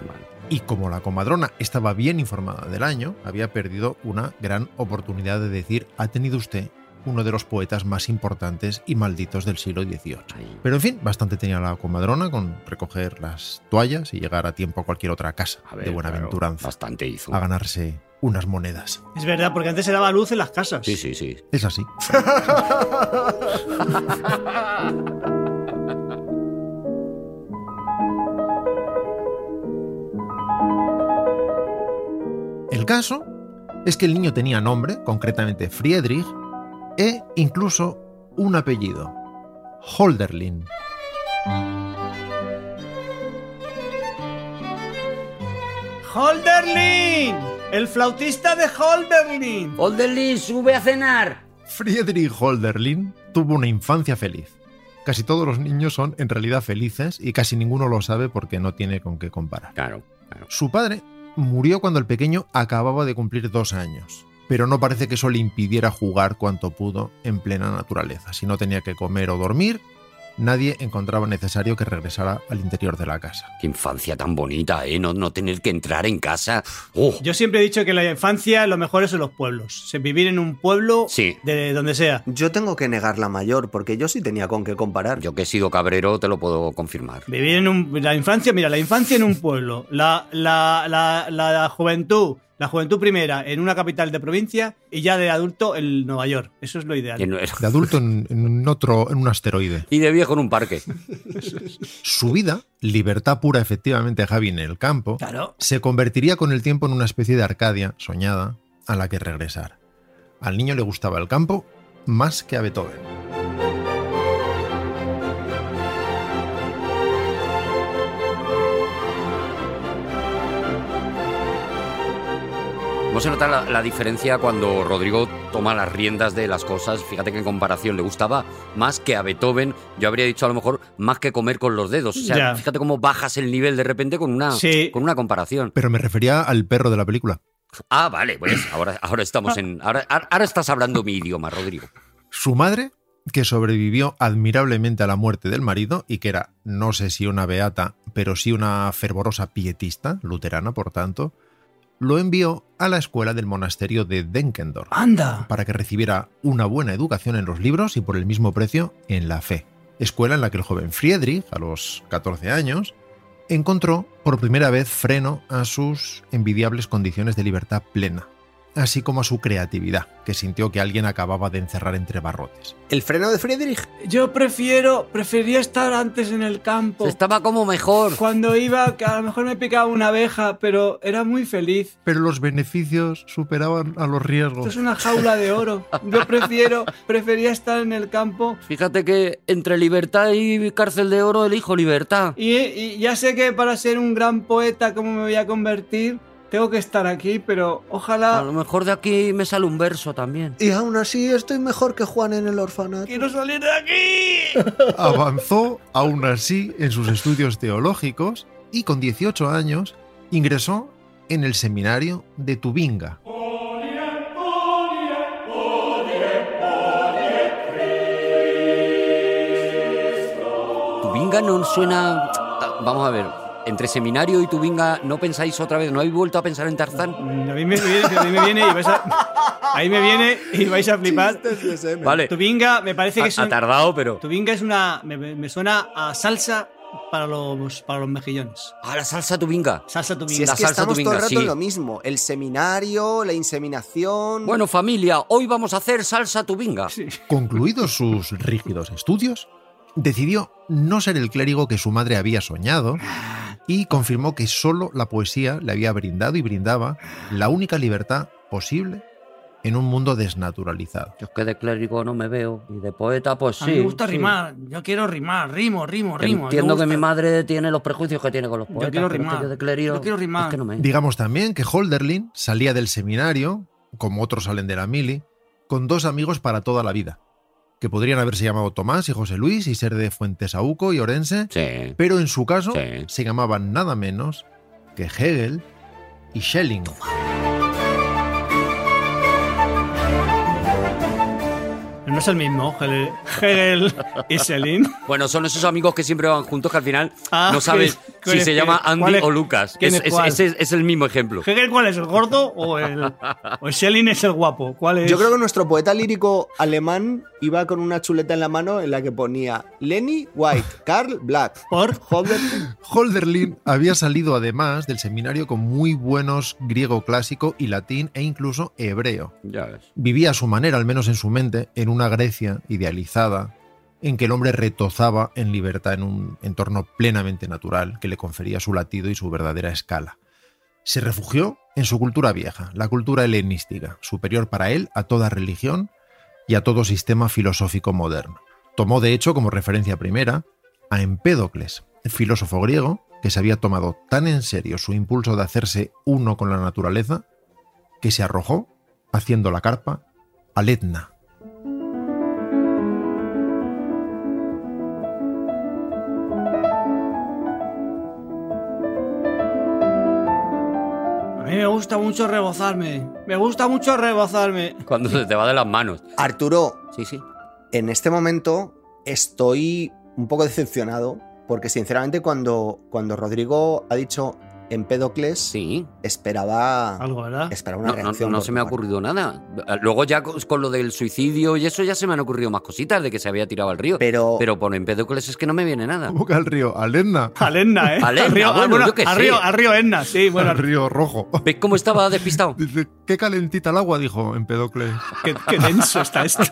Speaker 2: Y como la comadrona estaba bien informada del año, había perdido una gran oportunidad de decir, ha tenido usted uno de los poetas más importantes y malditos del siglo XVIII. Pero en fin, bastante tenía la comadrona con recoger las toallas y llegar a tiempo a cualquier otra casa
Speaker 3: A ver,
Speaker 2: de buena
Speaker 3: claro,
Speaker 2: aventuranza
Speaker 3: Bastante hizo.
Speaker 2: a ganarse unas monedas.
Speaker 4: es verdad, porque antes se daba luz en las casas.
Speaker 3: Sí, sí, sí.
Speaker 2: Es así. El caso es que el niño tenía nombre, concretamente Friedrich, e incluso un apellido, Holderlin.
Speaker 4: ¡Holderlin! ¡El flautista de Holderlin!
Speaker 3: Olderlin, sube a cenar.
Speaker 2: Friedrich Holderlin tuvo una infancia feliz. Casi todos los niños son en realidad felices y casi ninguno lo sabe porque no tiene con qué comparar.
Speaker 3: Claro, claro.
Speaker 2: Su padre murió cuando el pequeño acababa de cumplir dos años, pero no parece que eso le impidiera jugar cuanto pudo en plena naturaleza. Si no tenía que comer o dormir, nadie encontraba necesario que regresara al interior de la casa.
Speaker 3: Qué infancia tan bonita, ¿eh? No, no tener que entrar en casa. Oh,
Speaker 4: Yo siempre he dicho que la infancia lo mejor es en los pueblos. Se- Vivir en un pueblo
Speaker 3: Sí.
Speaker 4: de donde sea.
Speaker 1: Yo tengo que negar la mayor, porque yo sí tenía con qué comparar.
Speaker 3: yo que he sido cabrero te lo puedo confirmar.
Speaker 4: Vivir en un, la infancia, mira, la infancia en un pueblo, la, la, la, la, la juventud, la juventud primera en una capital de provincia y ya de adulto en Nueva York. Eso es lo ideal.
Speaker 2: De adulto en, en otro, en un asteroide.
Speaker 3: Y de viejo en un parque.
Speaker 2: Su vida, libertad pura efectivamente Javi en el campo,
Speaker 4: Claro.
Speaker 2: se convertiría con el tiempo en una especie de Arcadia soñada a la que regresar. Al niño le gustaba el campo más que a Beethoven.
Speaker 3: ¿Cómo se nota la, la diferencia cuando Rodrigo toma las riendas de las cosas? Fíjate que en comparación le gustaba más que a Beethoven. Yo habría dicho a lo mejor más que comer con los dedos. O sea,
Speaker 4: Ya.
Speaker 3: fíjate cómo bajas el nivel de repente con una,
Speaker 4: Sí.
Speaker 3: con una comparación.
Speaker 2: Pero me refería al perro de la película.
Speaker 3: Ah, vale, pues ahora, ahora estamos en. Ahora, ahora ahora estás hablando mi idioma, Rodrigo.
Speaker 2: Su madre que sobrevivió admirablemente a la muerte del marido y que era, no sé si una beata, pero sí una fervorosa pietista, luterana por tanto, lo envió a la escuela del monasterio de Denkendorf
Speaker 4: ¡Anda!
Speaker 2: para que recibiera una buena educación en los libros y por el mismo precio en la fe. Escuela en la que el joven Friedrich, a los 14 años, encontró por primera vez freno a sus envidiables condiciones de libertad plena, así como a su creatividad, que sintió que alguien acababa de encerrar entre barrotes.
Speaker 1: ¿El freno de Friedrich?
Speaker 4: Yo prefiero, prefería estar antes en el campo.
Speaker 3: Estaba como mejor.
Speaker 4: Cuando iba, que a lo mejor me picaba una abeja, pero era muy feliz.
Speaker 2: Pero los beneficios superaban a los
Speaker 4: Esto es
Speaker 2: riesgos.
Speaker 4: una jaula de oro. Yo prefiero, prefería estar en el campo.
Speaker 3: Fíjate que entre libertad y cárcel de oro elijo libertad.
Speaker 4: Y, y ya sé que para ser un gran poeta como me voy a convertir, tengo que estar aquí, pero
Speaker 3: A
Speaker 4: ojalá
Speaker 3: lo mejor de aquí me sale un verso también.
Speaker 1: Y aún así estoy mejor que Juan en el orfanato.
Speaker 4: quiero salir de aquí.
Speaker 2: Avanzó, aún así, en sus estudios teológicos y con 18 años ingresó en el seminario de Tubinga,
Speaker 3: Tubinga no suena. ah, Vamos a ver. Entre seminario y Tubinga no pensáis otra vez, no habéis vuelto a pensar en Tarzán.
Speaker 4: Mm, A mí me viene, a mí me viene y vais a, ahí me viene y vais a flipar.
Speaker 3: Vale.
Speaker 4: Tubinga me parece
Speaker 3: Ha,
Speaker 4: que es
Speaker 3: ha
Speaker 4: un,
Speaker 3: tardado, pero.
Speaker 4: Tubinga es una me, me- me suena a salsa para los para los mejillones.
Speaker 3: A la salsa Tubinga.
Speaker 4: Salsa Tubinga.
Speaker 1: Si es
Speaker 3: La
Speaker 1: que
Speaker 3: salsa
Speaker 1: estamos todo el
Speaker 3: tubinga,
Speaker 1: rato
Speaker 3: sí.
Speaker 1: en lo mismo. El seminario, la inseminación...
Speaker 3: Bueno, familia, hoy vamos a hacer salsa Tubinga.
Speaker 2: Concluidos sus rígidos estudios, decidió no ser el clérigo que su madre había soñado y confirmó que solo la poesía le había brindado y brindaba la única libertad posible en un mundo desnaturalizado.
Speaker 3: Yo es que de clérigo no me veo y de poeta pues sí.
Speaker 4: a mí me gusta
Speaker 3: sí.
Speaker 4: rimar, yo quiero rimar, rimo, rimo, rimo.
Speaker 3: Entiendo
Speaker 4: me
Speaker 3: que mi
Speaker 4: gusta.
Speaker 3: madre tiene los prejuicios que tiene con los
Speaker 4: Yo
Speaker 3: poetas.
Speaker 4: quiero
Speaker 3: pero es que
Speaker 4: rimar.
Speaker 3: yo de clérigo,
Speaker 4: Yo quiero rimar.
Speaker 3: es que no me-
Speaker 2: Digamos también que Holderlin salía del seminario, como otros salen de la mili, con dos amigos para toda la vida, que podrían haberse llamado Tomás y José Luis y ser de Fuentesauco y Orense,
Speaker 3: Sí.
Speaker 2: pero en su caso
Speaker 3: Sí.
Speaker 2: se llamaban nada menos que Hegel y Schelling.
Speaker 4: Pero No es el mismo, Hegel, Hegel y Selin.
Speaker 3: Bueno, son esos amigos que siempre van juntos que al final
Speaker 4: Ah,
Speaker 3: no sabes
Speaker 4: ¿quién es- quién
Speaker 3: si
Speaker 4: es
Speaker 3: se
Speaker 4: quién?
Speaker 3: llama
Speaker 4: ¿Cuál
Speaker 3: Andy
Speaker 4: es-
Speaker 3: o Lucas.
Speaker 4: quién
Speaker 3: Es-
Speaker 4: es
Speaker 3: es-
Speaker 4: cuál?
Speaker 3: ese es- es el mismo ejemplo.
Speaker 4: Hegel, ¿cuál es el gordo o el o Schelling es el guapo? ¿Cuál es?
Speaker 1: Yo creo que nuestro poeta lírico alemán iba con una chuleta en la mano en la que ponía Lenny White, Karl Black,
Speaker 4: por
Speaker 1: Holder...
Speaker 2: Holderlin había salido además del seminario con muy buenos griego clásico y latín e incluso hebreo.
Speaker 3: Ya ves.
Speaker 2: Vivía a su manera, al menos en su mente, en una Grecia idealizada, en que el hombre retozaba en libertad en un entorno plenamente natural que le confería su latido y su verdadera escala. Se refugió en su cultura vieja, la cultura helenística, superior para él a toda religión y a todo sistema filosófico moderno. Tomó de hecho como referencia primera a Empédocles, el filósofo griego que se había tomado tan en serio su impulso de hacerse uno con la naturaleza que se arrojó, haciendo la carpa, al Etna.
Speaker 4: A mí me gusta mucho rebozarme. Me gusta mucho rebozarme.
Speaker 3: Cuando se te va de las manos.
Speaker 1: Arturo,
Speaker 3: Sí, sí.
Speaker 1: en este momento estoy un poco decepcionado porque sinceramente cuando, cuando Rodrigo ha dicho Empédocles,
Speaker 3: Sí.
Speaker 1: esperaba,
Speaker 4: Algo, ¿verdad?
Speaker 1: esperaba una
Speaker 3: No, no-
Speaker 1: reacción.
Speaker 3: no
Speaker 1: por
Speaker 3: se
Speaker 1: tu
Speaker 3: me ha
Speaker 1: parte.
Speaker 3: ocurrido nada. Ah, Luego ya con con lo del suicidio y eso ya se me han ocurrido más cositas de que se había tirado al río.
Speaker 1: Pero,
Speaker 3: Pero por Empédocles es que no me viene nada.
Speaker 2: ¿Cómo que al río? ¿Al Etna?
Speaker 4: Al Enna, ¿eh?
Speaker 3: Al Enna,
Speaker 4: Al río,
Speaker 3: bueno,
Speaker 4: bueno,
Speaker 3: yo qué
Speaker 4: al
Speaker 3: sé.
Speaker 4: río, al río Enna, sí, bueno.
Speaker 2: Al río rojo.
Speaker 3: ¿Ves cómo estaba despistado?
Speaker 2: Dice, qué calentita el agua, dijo Empédocles.
Speaker 4: Qué, qué denso está esto.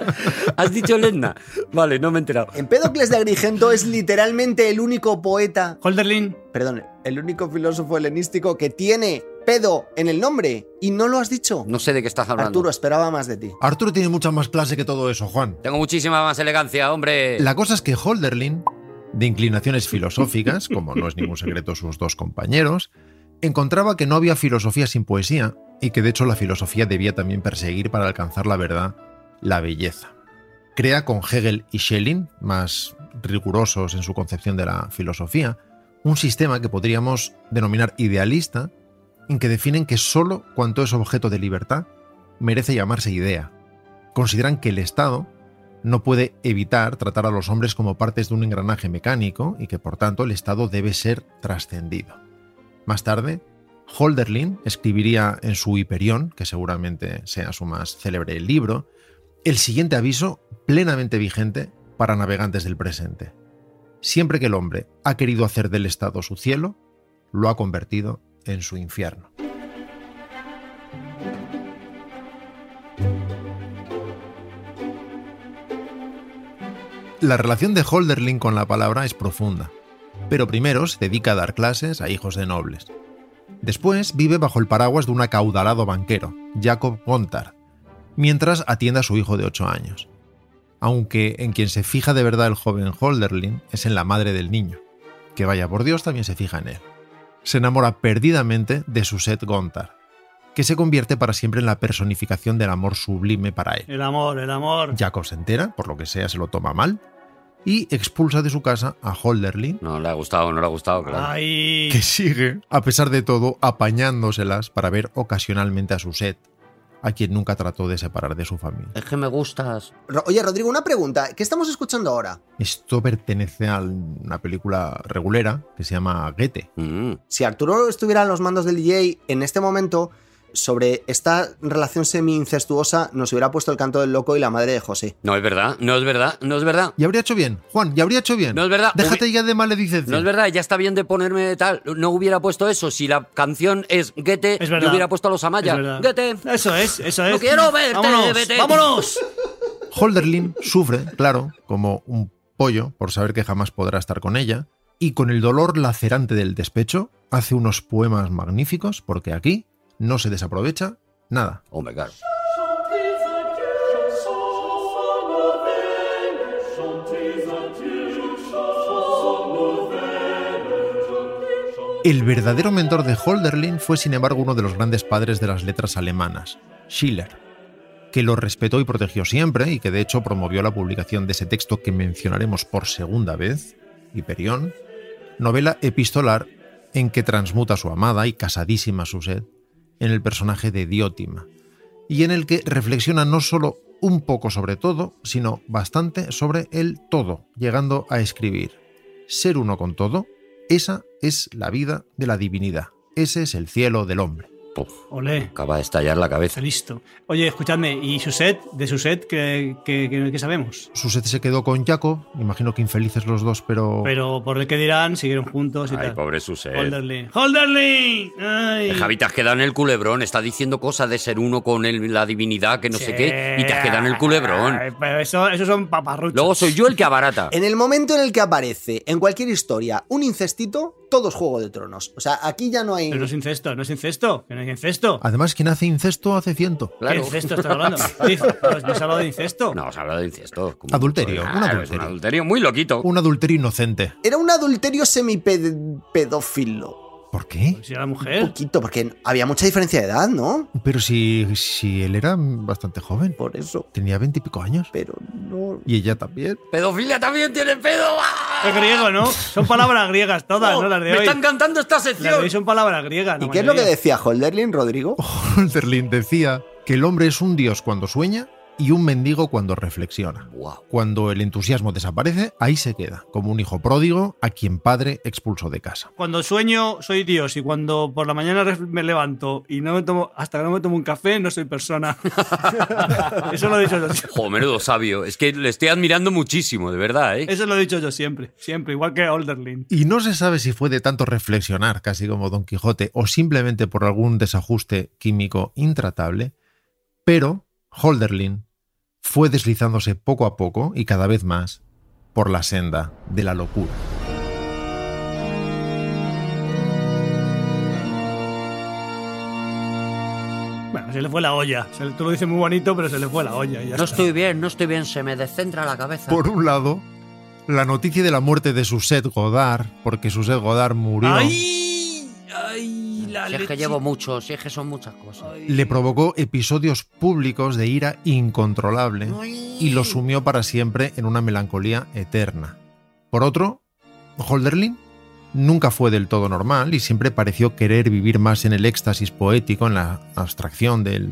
Speaker 3: ¿Has dicho Lena? Vale, no me he enterado.
Speaker 1: Empédocles de Agrigento es literalmente el único poeta,
Speaker 4: Holderlin,
Speaker 1: perdón, el único filósofo helenístico que tiene pedo en el nombre y no lo has dicho.
Speaker 3: No sé de qué estás hablando.
Speaker 1: Arturo, esperaba más de ti.
Speaker 2: Arturo tiene mucha más clase que todo eso, Juan.
Speaker 3: Tengo muchísima más elegancia, hombre.
Speaker 2: La cosa es que Holderlin, de inclinaciones filosóficas, como no es ningún secreto sus dos compañeros, encontraba que no había filosofía sin poesía y que de hecho la filosofía debía también perseguir para alcanzar la verdad, la belleza. Crea con Hegel y Schelling, más rigurosos en su concepción de la filosofía, un sistema que podríamos denominar idealista, en que definen que solo cuanto es objeto de libertad merece llamarse idea. Consideran que el Estado no puede evitar tratar a los hombres como partes de un engranaje mecánico y que por tanto el Estado debe ser trascendido. Más tarde, Holderlin escribiría en su Hiperión, que seguramente sea su más célebre libro, el siguiente aviso plenamente vigente para navegantes del presente. Siempre que el hombre ha querido hacer del Estado su cielo, lo ha convertido en su infierno. La relación de Holderlin con la palabra es profunda, pero primero se dedica a dar clases a hijos de nobles. Después vive bajo el paraguas de un acaudalado banquero, Jacob Gontard, mientras atiende a su hijo de 8 años. Aunque en quien se fija de verdad el joven Holderlin es en la madre del niño, que vaya por Dios también se fija en él. Se enamora perdidamente de Suzette Gontard, que se convierte para siempre en la personificación del amor sublime para él.
Speaker 4: El amor, el amor.
Speaker 2: Jacob se entera, por lo que sea se lo toma mal, y expulsa de su casa a Holderlin,
Speaker 3: No le ha gustado, no le ha gustado, claro.
Speaker 4: Ay.
Speaker 2: que sigue, a pesar de todo, apañándoselas para ver ocasionalmente a Suzette, a quien nunca trató de separar de su familia.
Speaker 3: Es que me gustas.
Speaker 1: Ro- Oye, Rodrigo, una pregunta. ¿Qué estamos escuchando ahora?
Speaker 2: Esto pertenece a una película regulera que se llama Goethe.
Speaker 3: Mm.
Speaker 1: Si Arturo estuviera en los mandos del DJ en este momento, sobre esta relación semi-incestuosa nos hubiera puesto el canto del loco y la madre de José.
Speaker 3: No es verdad, no es verdad, no es verdad.
Speaker 2: Y habría hecho bien, Juan, y habría hecho bien.
Speaker 3: No es verdad.
Speaker 2: Déjate ya de maledicencia.
Speaker 3: No es verdad, ya está bien de ponerme de tal. No hubiera puesto eso. Si la canción es Guete,
Speaker 4: Es
Speaker 3: yo
Speaker 4: verdad.
Speaker 3: hubiera puesto a los
Speaker 4: Es
Speaker 3: Amaya.
Speaker 4: verdad. Eh.
Speaker 3: Guete.
Speaker 4: Eso es, eso es.
Speaker 3: No quiero verte,
Speaker 4: vámonos,
Speaker 3: vete.
Speaker 4: vámonos.
Speaker 2: Holderlin sufre, claro, como un pollo por saber que jamás podrá estar con ella, y con el dolor lacerante del despecho hace unos poemas magníficos porque aquí no se desaprovecha nada.
Speaker 3: Hombre, claro.
Speaker 2: El verdadero mentor de Holderlin fue sin embargo uno de los grandes padres de las letras alemanas, Schiller, que lo respetó y protegió siempre y que de hecho promovió la publicación de ese texto que mencionaremos por segunda vez, Hiperión, novela epistolar en que transmuta a su amada y casadísima Suzette en el personaje de Diótima, y en el que reflexiona no solo un poco sobre todo, sino bastante sobre el todo, llegando a escribir, ser uno con todo, esa es la vida de la divinidad, ese es el cielo del hombre.
Speaker 3: Puf,
Speaker 4: Olé.
Speaker 3: acaba de estallar la cabeza.
Speaker 4: Listo. Oye, escuchadme, ¿y Suset? ¿De Suset qué, qué- qué- qué sabemos?
Speaker 2: Suzette se quedó con Jacob, imagino que infelices los dos, pero...
Speaker 4: Pero por el que dirán, siguieron juntos y
Speaker 3: Ay,
Speaker 4: tal.
Speaker 3: pobre Suset.
Speaker 4: Holderlin. ¡Holderlin! Ay.
Speaker 3: Eh, Javi, te has quedado en el culebrón. Está diciendo cosas de ser uno con el- la divinidad, que no sé
Speaker 4: Sí.
Speaker 3: qué, y te has quedado en el culebrón.
Speaker 4: Ay, pero eso, eso son paparruchos.
Speaker 3: Luego soy yo el que abarata.
Speaker 1: En el momento en el que aparece en cualquier historia un incestito, todos Juego de Tronos. O sea, aquí ya no hay...
Speaker 4: Pero no es incesto, no es incesto, que no es incesto.
Speaker 2: Además, quien hace incesto hace ciento.
Speaker 4: ¿Qué
Speaker 3: Ah, Claro.
Speaker 4: incesto estás hablando? Dice, pues, ¿No has hablado de incesto?
Speaker 3: No, se habla de incesto. como-
Speaker 2: Adulterio, un
Speaker 3: Claro, es
Speaker 2: adulterio.
Speaker 3: Un adulterio muy loquito.
Speaker 2: Un adulterio inocente.
Speaker 1: Era un adulterio semipedófilo.
Speaker 2: ¿Por qué?
Speaker 4: Pues Si era
Speaker 1: Un
Speaker 4: mujer.
Speaker 1: poquito, porque había mucha diferencia de edad, ¿no?
Speaker 2: Pero si, si él era bastante joven,
Speaker 1: Por eso.
Speaker 2: tenía veintipico años.
Speaker 1: Pero no...
Speaker 2: Y ella también.
Speaker 3: Pedofilia también tiene pedo. ¡Ah!
Speaker 4: Es griego, ¿no? Son palabras griegas Eh, todas, ¿no?
Speaker 3: No,
Speaker 4: Las de
Speaker 3: me
Speaker 4: hoy.
Speaker 3: están cantando esta
Speaker 4: Las de hoy
Speaker 3: sección.
Speaker 4: son palabras griegas. la
Speaker 1: ¿Y qué es lo que
Speaker 4: mayoría.
Speaker 1: decía Holderlin, Rodrigo?
Speaker 2: Holderlin decía que el hombre es un dios cuando sueña y un mendigo cuando reflexiona.
Speaker 3: Guau.
Speaker 2: Cuando el entusiasmo desaparece, ahí se queda, como un hijo pródigo a quien padre expulsó de casa.
Speaker 4: Cuando sueño soy Dios y cuando por la mañana ref- me levanto y no me tomo hasta que no me tomo un café no soy persona. eso lo he dicho yo. siempre.
Speaker 3: Jo, menudo sabio. Es que le estoy admirando muchísimo, de verdad, ¿eh?
Speaker 4: Eso lo he dicho yo siempre, siempre, igual que Alderlin.
Speaker 2: Y no se sabe si fue de tanto reflexionar, casi como Don Quijote, o simplemente por algún desajuste químico intratable, pero Holderlin fue deslizándose poco a poco y cada vez más por la senda de la locura.
Speaker 4: Bueno, se le fue la olla. Se le- tú lo dices muy bonito, pero se le fue la olla. y ya
Speaker 3: No
Speaker 4: está.
Speaker 3: estoy bien, no estoy bien. Se me descentra la cabeza.
Speaker 2: Por un lado, la noticia de la muerte de Suzette Godard, porque Suzette Godard murió,
Speaker 4: ¡Ay! ¡Ay! La
Speaker 3: Si es que
Speaker 4: leche.
Speaker 3: llevo mucho, si es que son muchas cosas.
Speaker 4: Ay.
Speaker 2: le provocó episodios públicos de ira incontrolable. y lo sumió para siempre en una melancolía eterna. Por otro, Holderlin nunca fue del todo normal y siempre pareció querer vivir más en el éxtasis poético, en la abstracción del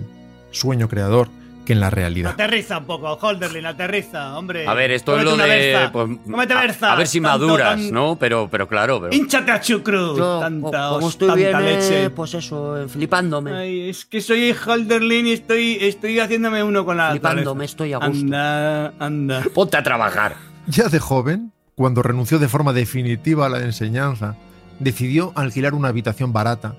Speaker 2: sueño creador, que en la realidad.
Speaker 4: Aterriza un poco, Holderlin, aterriza, hombre.
Speaker 3: A ver, esto es
Speaker 4: Cómete
Speaker 3: lo
Speaker 4: una
Speaker 3: de.
Speaker 4: berza.
Speaker 3: pues,
Speaker 4: Cómete
Speaker 3: a-
Speaker 4: berza,
Speaker 3: a, ver si
Speaker 4: tanto,
Speaker 3: maduras,
Speaker 4: tan-
Speaker 3: ¿no? Pero, pero claro. pero-
Speaker 4: Hínchate a chucrut.
Speaker 3: Yo,
Speaker 4: tanta,
Speaker 3: como
Speaker 4: os-
Speaker 3: estoy
Speaker 4: tanta
Speaker 3: bien, eh,
Speaker 4: leche.
Speaker 3: pues eso, eh, flipándome.
Speaker 4: Ay, es que soy Holderlin y estoy, estoy haciéndome uno con la
Speaker 3: flipándome,
Speaker 4: naturaleza.
Speaker 3: estoy a gusto.
Speaker 4: Anda, anda.
Speaker 3: Ponte a trabajar.
Speaker 2: Ya de joven, cuando renunció de forma definitiva a la enseñanza, decidió alquilar una habitación barata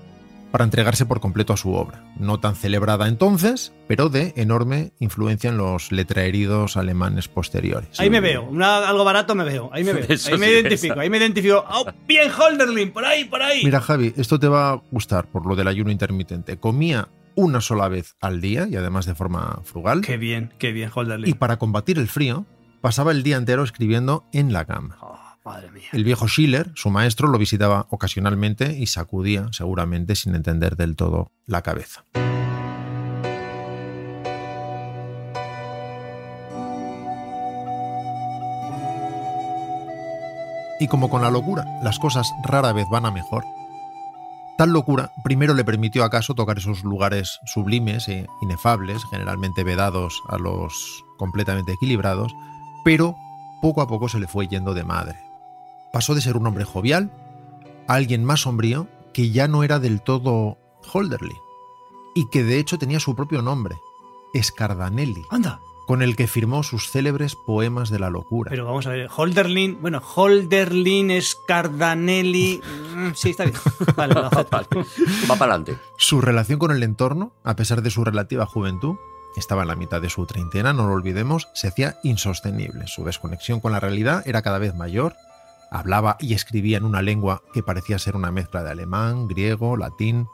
Speaker 2: para entregarse por completo a su obra, no tan celebrada entonces, pero de enorme influencia en los letraheridos alemanes posteriores.
Speaker 4: Ahí me veo, una- algo barato me veo, ahí me veo,
Speaker 3: Eso
Speaker 4: ahí me
Speaker 3: sí,
Speaker 4: identifico,
Speaker 3: esa.
Speaker 4: ahí me identifico. ¡Oh, bien Holderlin, por ahí, por ahí.
Speaker 2: Mira, Javi, esto te va a gustar por lo del ayuno intermitente. Comía una sola vez al día y además de forma frugal.
Speaker 4: Qué bien, qué bien
Speaker 2: Y
Speaker 4: Holderlin.
Speaker 2: para combatir el frío, pasaba el día entero escribiendo en la cama.
Speaker 4: Oh, madre mía.
Speaker 2: El viejo Schiller, su maestro, lo visitaba ocasionalmente y sacudía, seguramente sin entender del todo, la cabeza. Y como con la locura las cosas rara vez van a mejor, tal locura primero le permitió acaso tocar esos lugares sublimes e inefables, generalmente vedados a los completamente equilibrados, pero poco a poco se le fue yendo de madre pasó de ser un hombre jovial a alguien más sombrío que ya no era del todo Holderlin y que de hecho tenía su propio nombre, Scardanelli,
Speaker 4: Anda.
Speaker 2: con el que firmó sus célebres poemas de la locura.
Speaker 4: Pero vamos a ver, Holderlin, bueno, Holderlin es Cardanelli. mm, Sí, está bien. Vale, lo acepto.
Speaker 3: Vale, Va para adelante.
Speaker 2: Su relación con el entorno, a pesar de su relativa juventud, estaba en la mitad de su treintena, no lo olvidemos, se hacía insostenible. Su desconexión con la realidad era cada vez mayor. Hablaba y escribía en una lengua que parecía ser una mezcla de alemán, griego, latín.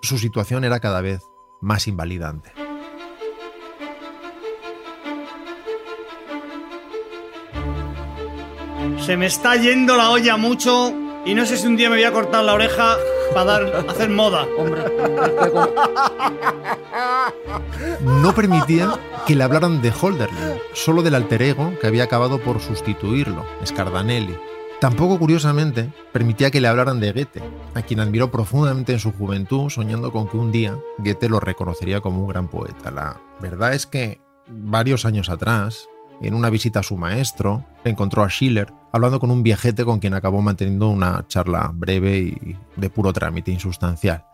Speaker 2: Su situación era cada vez más invalidante.
Speaker 4: Se me está yendo la olla mucho y no sé si un día me voy a cortar la oreja para dar, hacer moda.
Speaker 3: Hombre, es que como-
Speaker 2: No permitía que le hablaran de Holderlin, solo del alter ego que había acabado por sustituirlo, Scardanelli. Tampoco, curiosamente, permitía que le hablaran de Goethe, a quien admiró profundamente en su juventud, soñando con que un día Goethe lo reconocería como un gran poeta. La verdad es que, varios años atrás, en una visita a su maestro, encontró a Schiller hablando con un viejete con quien acabó manteniendo una charla breve y de puro trámite insustancial.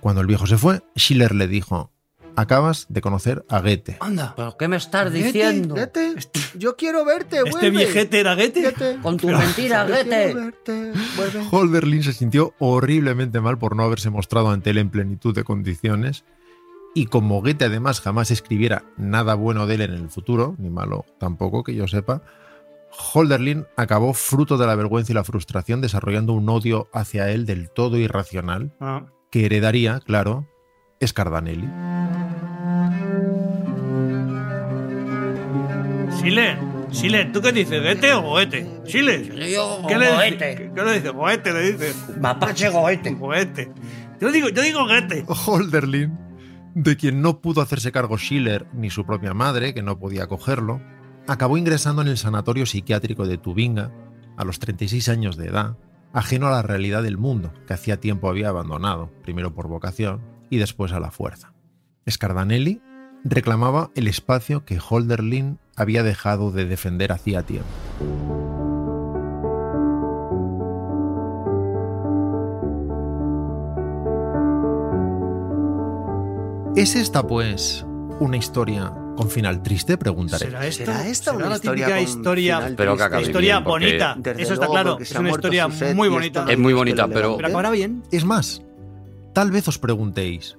Speaker 2: Cuando el viejo se fue, Schiller le dijo, acabas de conocer a Goethe.
Speaker 4: Anda.
Speaker 3: ¿Pero qué me estás diciendo?
Speaker 1: Vete, yo quiero verte,
Speaker 4: Este
Speaker 1: vuelve.
Speaker 4: viejete era Goethe.
Speaker 1: Vete.
Speaker 3: Con tu mentira,
Speaker 1: Yo
Speaker 3: Gete.
Speaker 1: quiero verte, vuelve.
Speaker 2: Holderlin se sintió horriblemente mal por no haberse mostrado ante él en plenitud de condiciones. Y como Goethe además jamás escribiera nada bueno de él en el futuro, ni malo tampoco que yo sepa, Holderlin acabó, fruto de la vergüenza y la frustración, desarrollando un odio hacia él del todo irracional,
Speaker 4: Ah,
Speaker 2: que heredaría, claro, Scardanelli.
Speaker 4: Schiller, Schiller, ¿tú qué dices? ¿Goethe o Goethe? Schiller.
Speaker 3: Yo,
Speaker 4: ¿Qué le
Speaker 3: goete.
Speaker 4: dices? ¿Qué qué le dices? Goethe le dices.
Speaker 3: Mapache goete.
Speaker 4: Goethe. Yo digo, yo digo Goethe.
Speaker 2: Holderlin, de quien no pudo hacerse cargo Schiller ni su propia madre, que no podía acogerlo, acabó ingresando en el sanatorio psiquiátrico de Tubinga a los 36 años de edad, ajeno a la realidad del mundo que hacía tiempo había abandonado, primero por vocación y después a la fuerza. Scardanelli reclamaba el espacio que Holderlin había dejado de defender hacía tiempo. ¿Es esta, pues, una historia con final triste? Preguntaré.
Speaker 4: ¿Será esto?
Speaker 1: ¿Será esta una
Speaker 4: la
Speaker 1: historia
Speaker 4: típica
Speaker 1: con
Speaker 4: historia?
Speaker 1: final
Speaker 3: Pero que acabe
Speaker 1: triste?
Speaker 4: Historia
Speaker 3: bien, porque-
Speaker 4: bonita.
Speaker 1: Desde
Speaker 4: Eso está
Speaker 1: luego,
Speaker 4: claro.
Speaker 1: porque se
Speaker 4: Es
Speaker 1: ha
Speaker 4: una
Speaker 1: muerto
Speaker 4: historia
Speaker 1: Suzette
Speaker 4: muy
Speaker 1: y esto
Speaker 4: bonita. Em,
Speaker 1: no
Speaker 3: Es muy
Speaker 1: que lo
Speaker 3: bonita, pero-
Speaker 4: Pero
Speaker 1: levante.
Speaker 4: acabará bien.
Speaker 2: Es más, tal vez os preguntéis,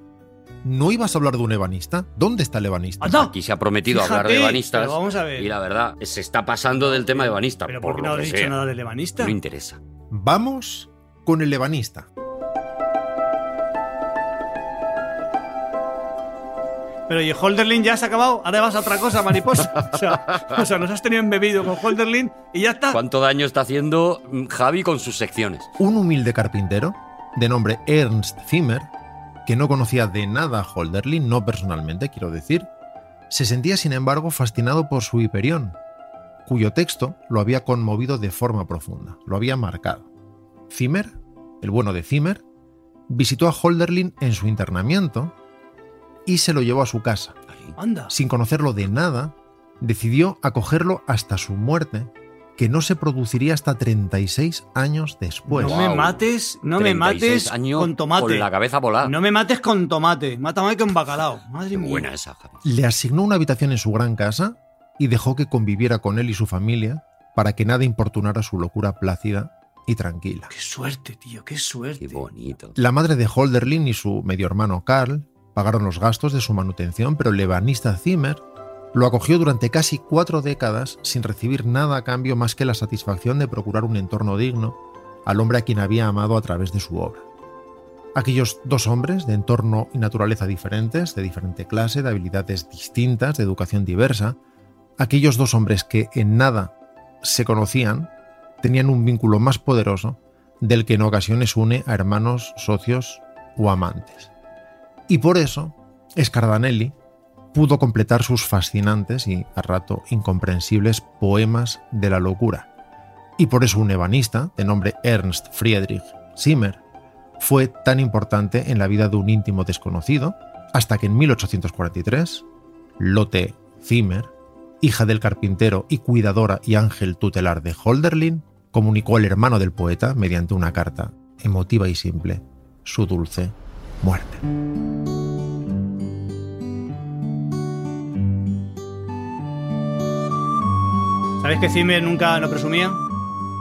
Speaker 2: ¿no ibas a hablar de un ebanista? ¿Dónde está el ebanista?
Speaker 4: ¡Anda!
Speaker 3: Aquí se ha prometido
Speaker 4: Fíjate,
Speaker 3: hablar de banistas.
Speaker 4: pero vamos a ver.
Speaker 3: Y la verdad, se está pasando del tema de banista.
Speaker 4: Pero
Speaker 3: por
Speaker 4: ¿por qué no
Speaker 3: lo que
Speaker 4: has dicho
Speaker 3: sea.
Speaker 4: nada del ebanista?
Speaker 3: No interesa.
Speaker 2: Vamos con el ebanista.
Speaker 4: Pero y Holderlin ya se ha acabado, ahora vas a otra cosa, mariposa. O sea, o sea, nos has tenido embebido con Holderlin y ya está.
Speaker 3: ¿Cuánto daño está haciendo mm, Javi con sus secciones?
Speaker 2: Un humilde carpintero de nombre Ernst Zimmer, que no conocía de nada a Holderlin, no personalmente quiero decir, se sentía sin embargo fascinado por su Hiperión, cuyo texto lo había conmovido de forma profunda, lo había marcado. Zimmer, el bueno de Zimmer, visitó a Holderlin en su internamiento y se lo llevó a su casa,
Speaker 3: Ay,
Speaker 2: Miyazaki,
Speaker 4: Anda.
Speaker 2: sin conocerlo de nada, decidió acogerlo hasta su muerte, que no se produciría hasta 36 años después.
Speaker 4: no me
Speaker 3: Wow.
Speaker 4: mates, no me
Speaker 3: 36
Speaker 4: mates
Speaker 3: años
Speaker 4: con tomate.
Speaker 3: Con la cabeza volada.
Speaker 4: No me mates con tomate. Mátame con bacalao. Madre
Speaker 3: Qué
Speaker 4: mía.
Speaker 3: buena esa, Javi.
Speaker 2: Le asignó una habitación en su gran casa y dejó que conviviera con él y su familia para que nada importunara su locura plácida y tranquila.
Speaker 4: Qué suerte, tío, qué
Speaker 3: Qué
Speaker 4: suerte.
Speaker 3: bonito.
Speaker 2: La madre de Holderlin y su medio hermano Carl pagaron los gastos de su manutención, pero el ebanista Zimmer lo acogió durante casi cuatro décadas sin recibir nada a cambio más que la satisfacción de procurar un entorno digno al hombre a quien había amado a través de su obra. Aquellos dos hombres, de entorno y naturaleza diferentes, de diferente clase, de habilidades distintas, de educación diversa, aquellos dos hombres que en nada se conocían, tenían un vínculo más poderoso del que en ocasiones une a hermanos, socios o amantes. Y por eso, Scardanelli pudo completar sus fascinantes y a rato incomprensibles poemas de la locura. Y por eso un ebanista, de nombre Ernst Friedrich Zimmer, fue tan importante en la vida de un íntimo desconocido, hasta que en 1843, Lotte Zimmer, hija del carpintero y cuidadora y ángel tutelar de Holderlin, comunicó al hermano del poeta, mediante una carta emotiva y simple, su dulce muerte.
Speaker 4: ¿Sabes que Zimmer nunca lo presumía?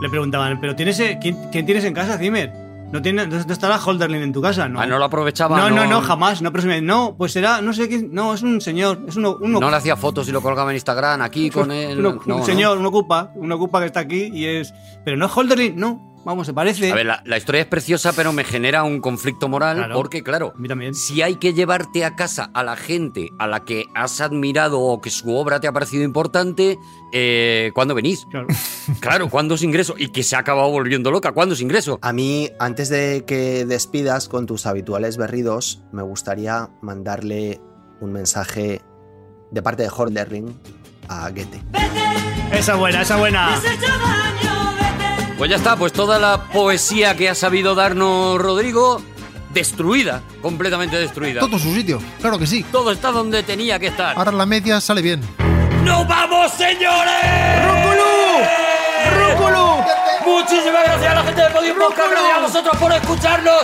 Speaker 4: Le preguntaban, ¿pero tienes, eh, quién, quién tienes en casa, Zimmer? ¿No, tiene, no, no estará Holderlin en tu casa? No.
Speaker 3: Ah, no lo aprovechaba.
Speaker 4: no, no, no, jamás, no presumía. No, pues será, no sé quién. No, es un señor, es uno. uno
Speaker 3: No le hacía fotos y lo colgaba en Instagram aquí con él.
Speaker 4: uno-
Speaker 3: no,
Speaker 4: un
Speaker 3: no.
Speaker 4: señor, un ocupa, un ocupa que está aquí y es. Pero no es Holderlin, no. Vamos, se parece.
Speaker 3: A ver, la, la historia es preciosa, pero me genera un conflicto moral
Speaker 4: Claro.
Speaker 3: porque, claro,
Speaker 4: A mí también.
Speaker 3: si hay que llevarte a casa a la gente a la que has admirado o que su obra te ha parecido importante, eh, ¿cuándo venís?
Speaker 4: Claro.
Speaker 3: Claro, ¿cuándo os ingreso? Y que se ha acabado volviendo loca, ¿cuándo os ingreso?
Speaker 1: A mí, antes de que despidas con tus habituales berridos, me gustaría mandarle un mensaje de parte de Holderling a Goethe.
Speaker 4: Esa buena, esa buena.
Speaker 3: Pues ya está, pues toda la poesía que ha sabido darnos Rodrigo, destruida, completamente destruida.
Speaker 2: Todo su sitio, claro que sí.
Speaker 3: Todo está donde tenía que estar.
Speaker 2: Ahora la media sale bien.
Speaker 3: ¡Nos vamos, señores! ¡Rúculo! ¡Rúculo! Muchísimas gracias a la gente de Podium Podcast, gracias a vosotros por escucharnos.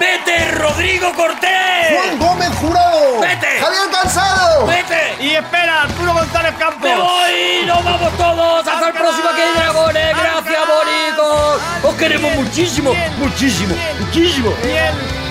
Speaker 3: ¡Vete, Rodrigo Cortés!
Speaker 1: Gómez Jurado!
Speaker 3: ¡Vete!
Speaker 1: ¡Javier Cansado!
Speaker 3: ¡Vete!
Speaker 4: Y espera, Arturo González Campos.
Speaker 3: ¡Me voy! ¡Nos vamos todos! ¡Hasta el
Speaker 4: ¡Alcaraz!
Speaker 3: próximo que hay dragones!
Speaker 4: ¡Alcaraz!
Speaker 3: ¡Gracias, bonicos! ¡Os queremos muchísimo! ¡Muchísimo! ¡Muchísimo!
Speaker 4: Bien.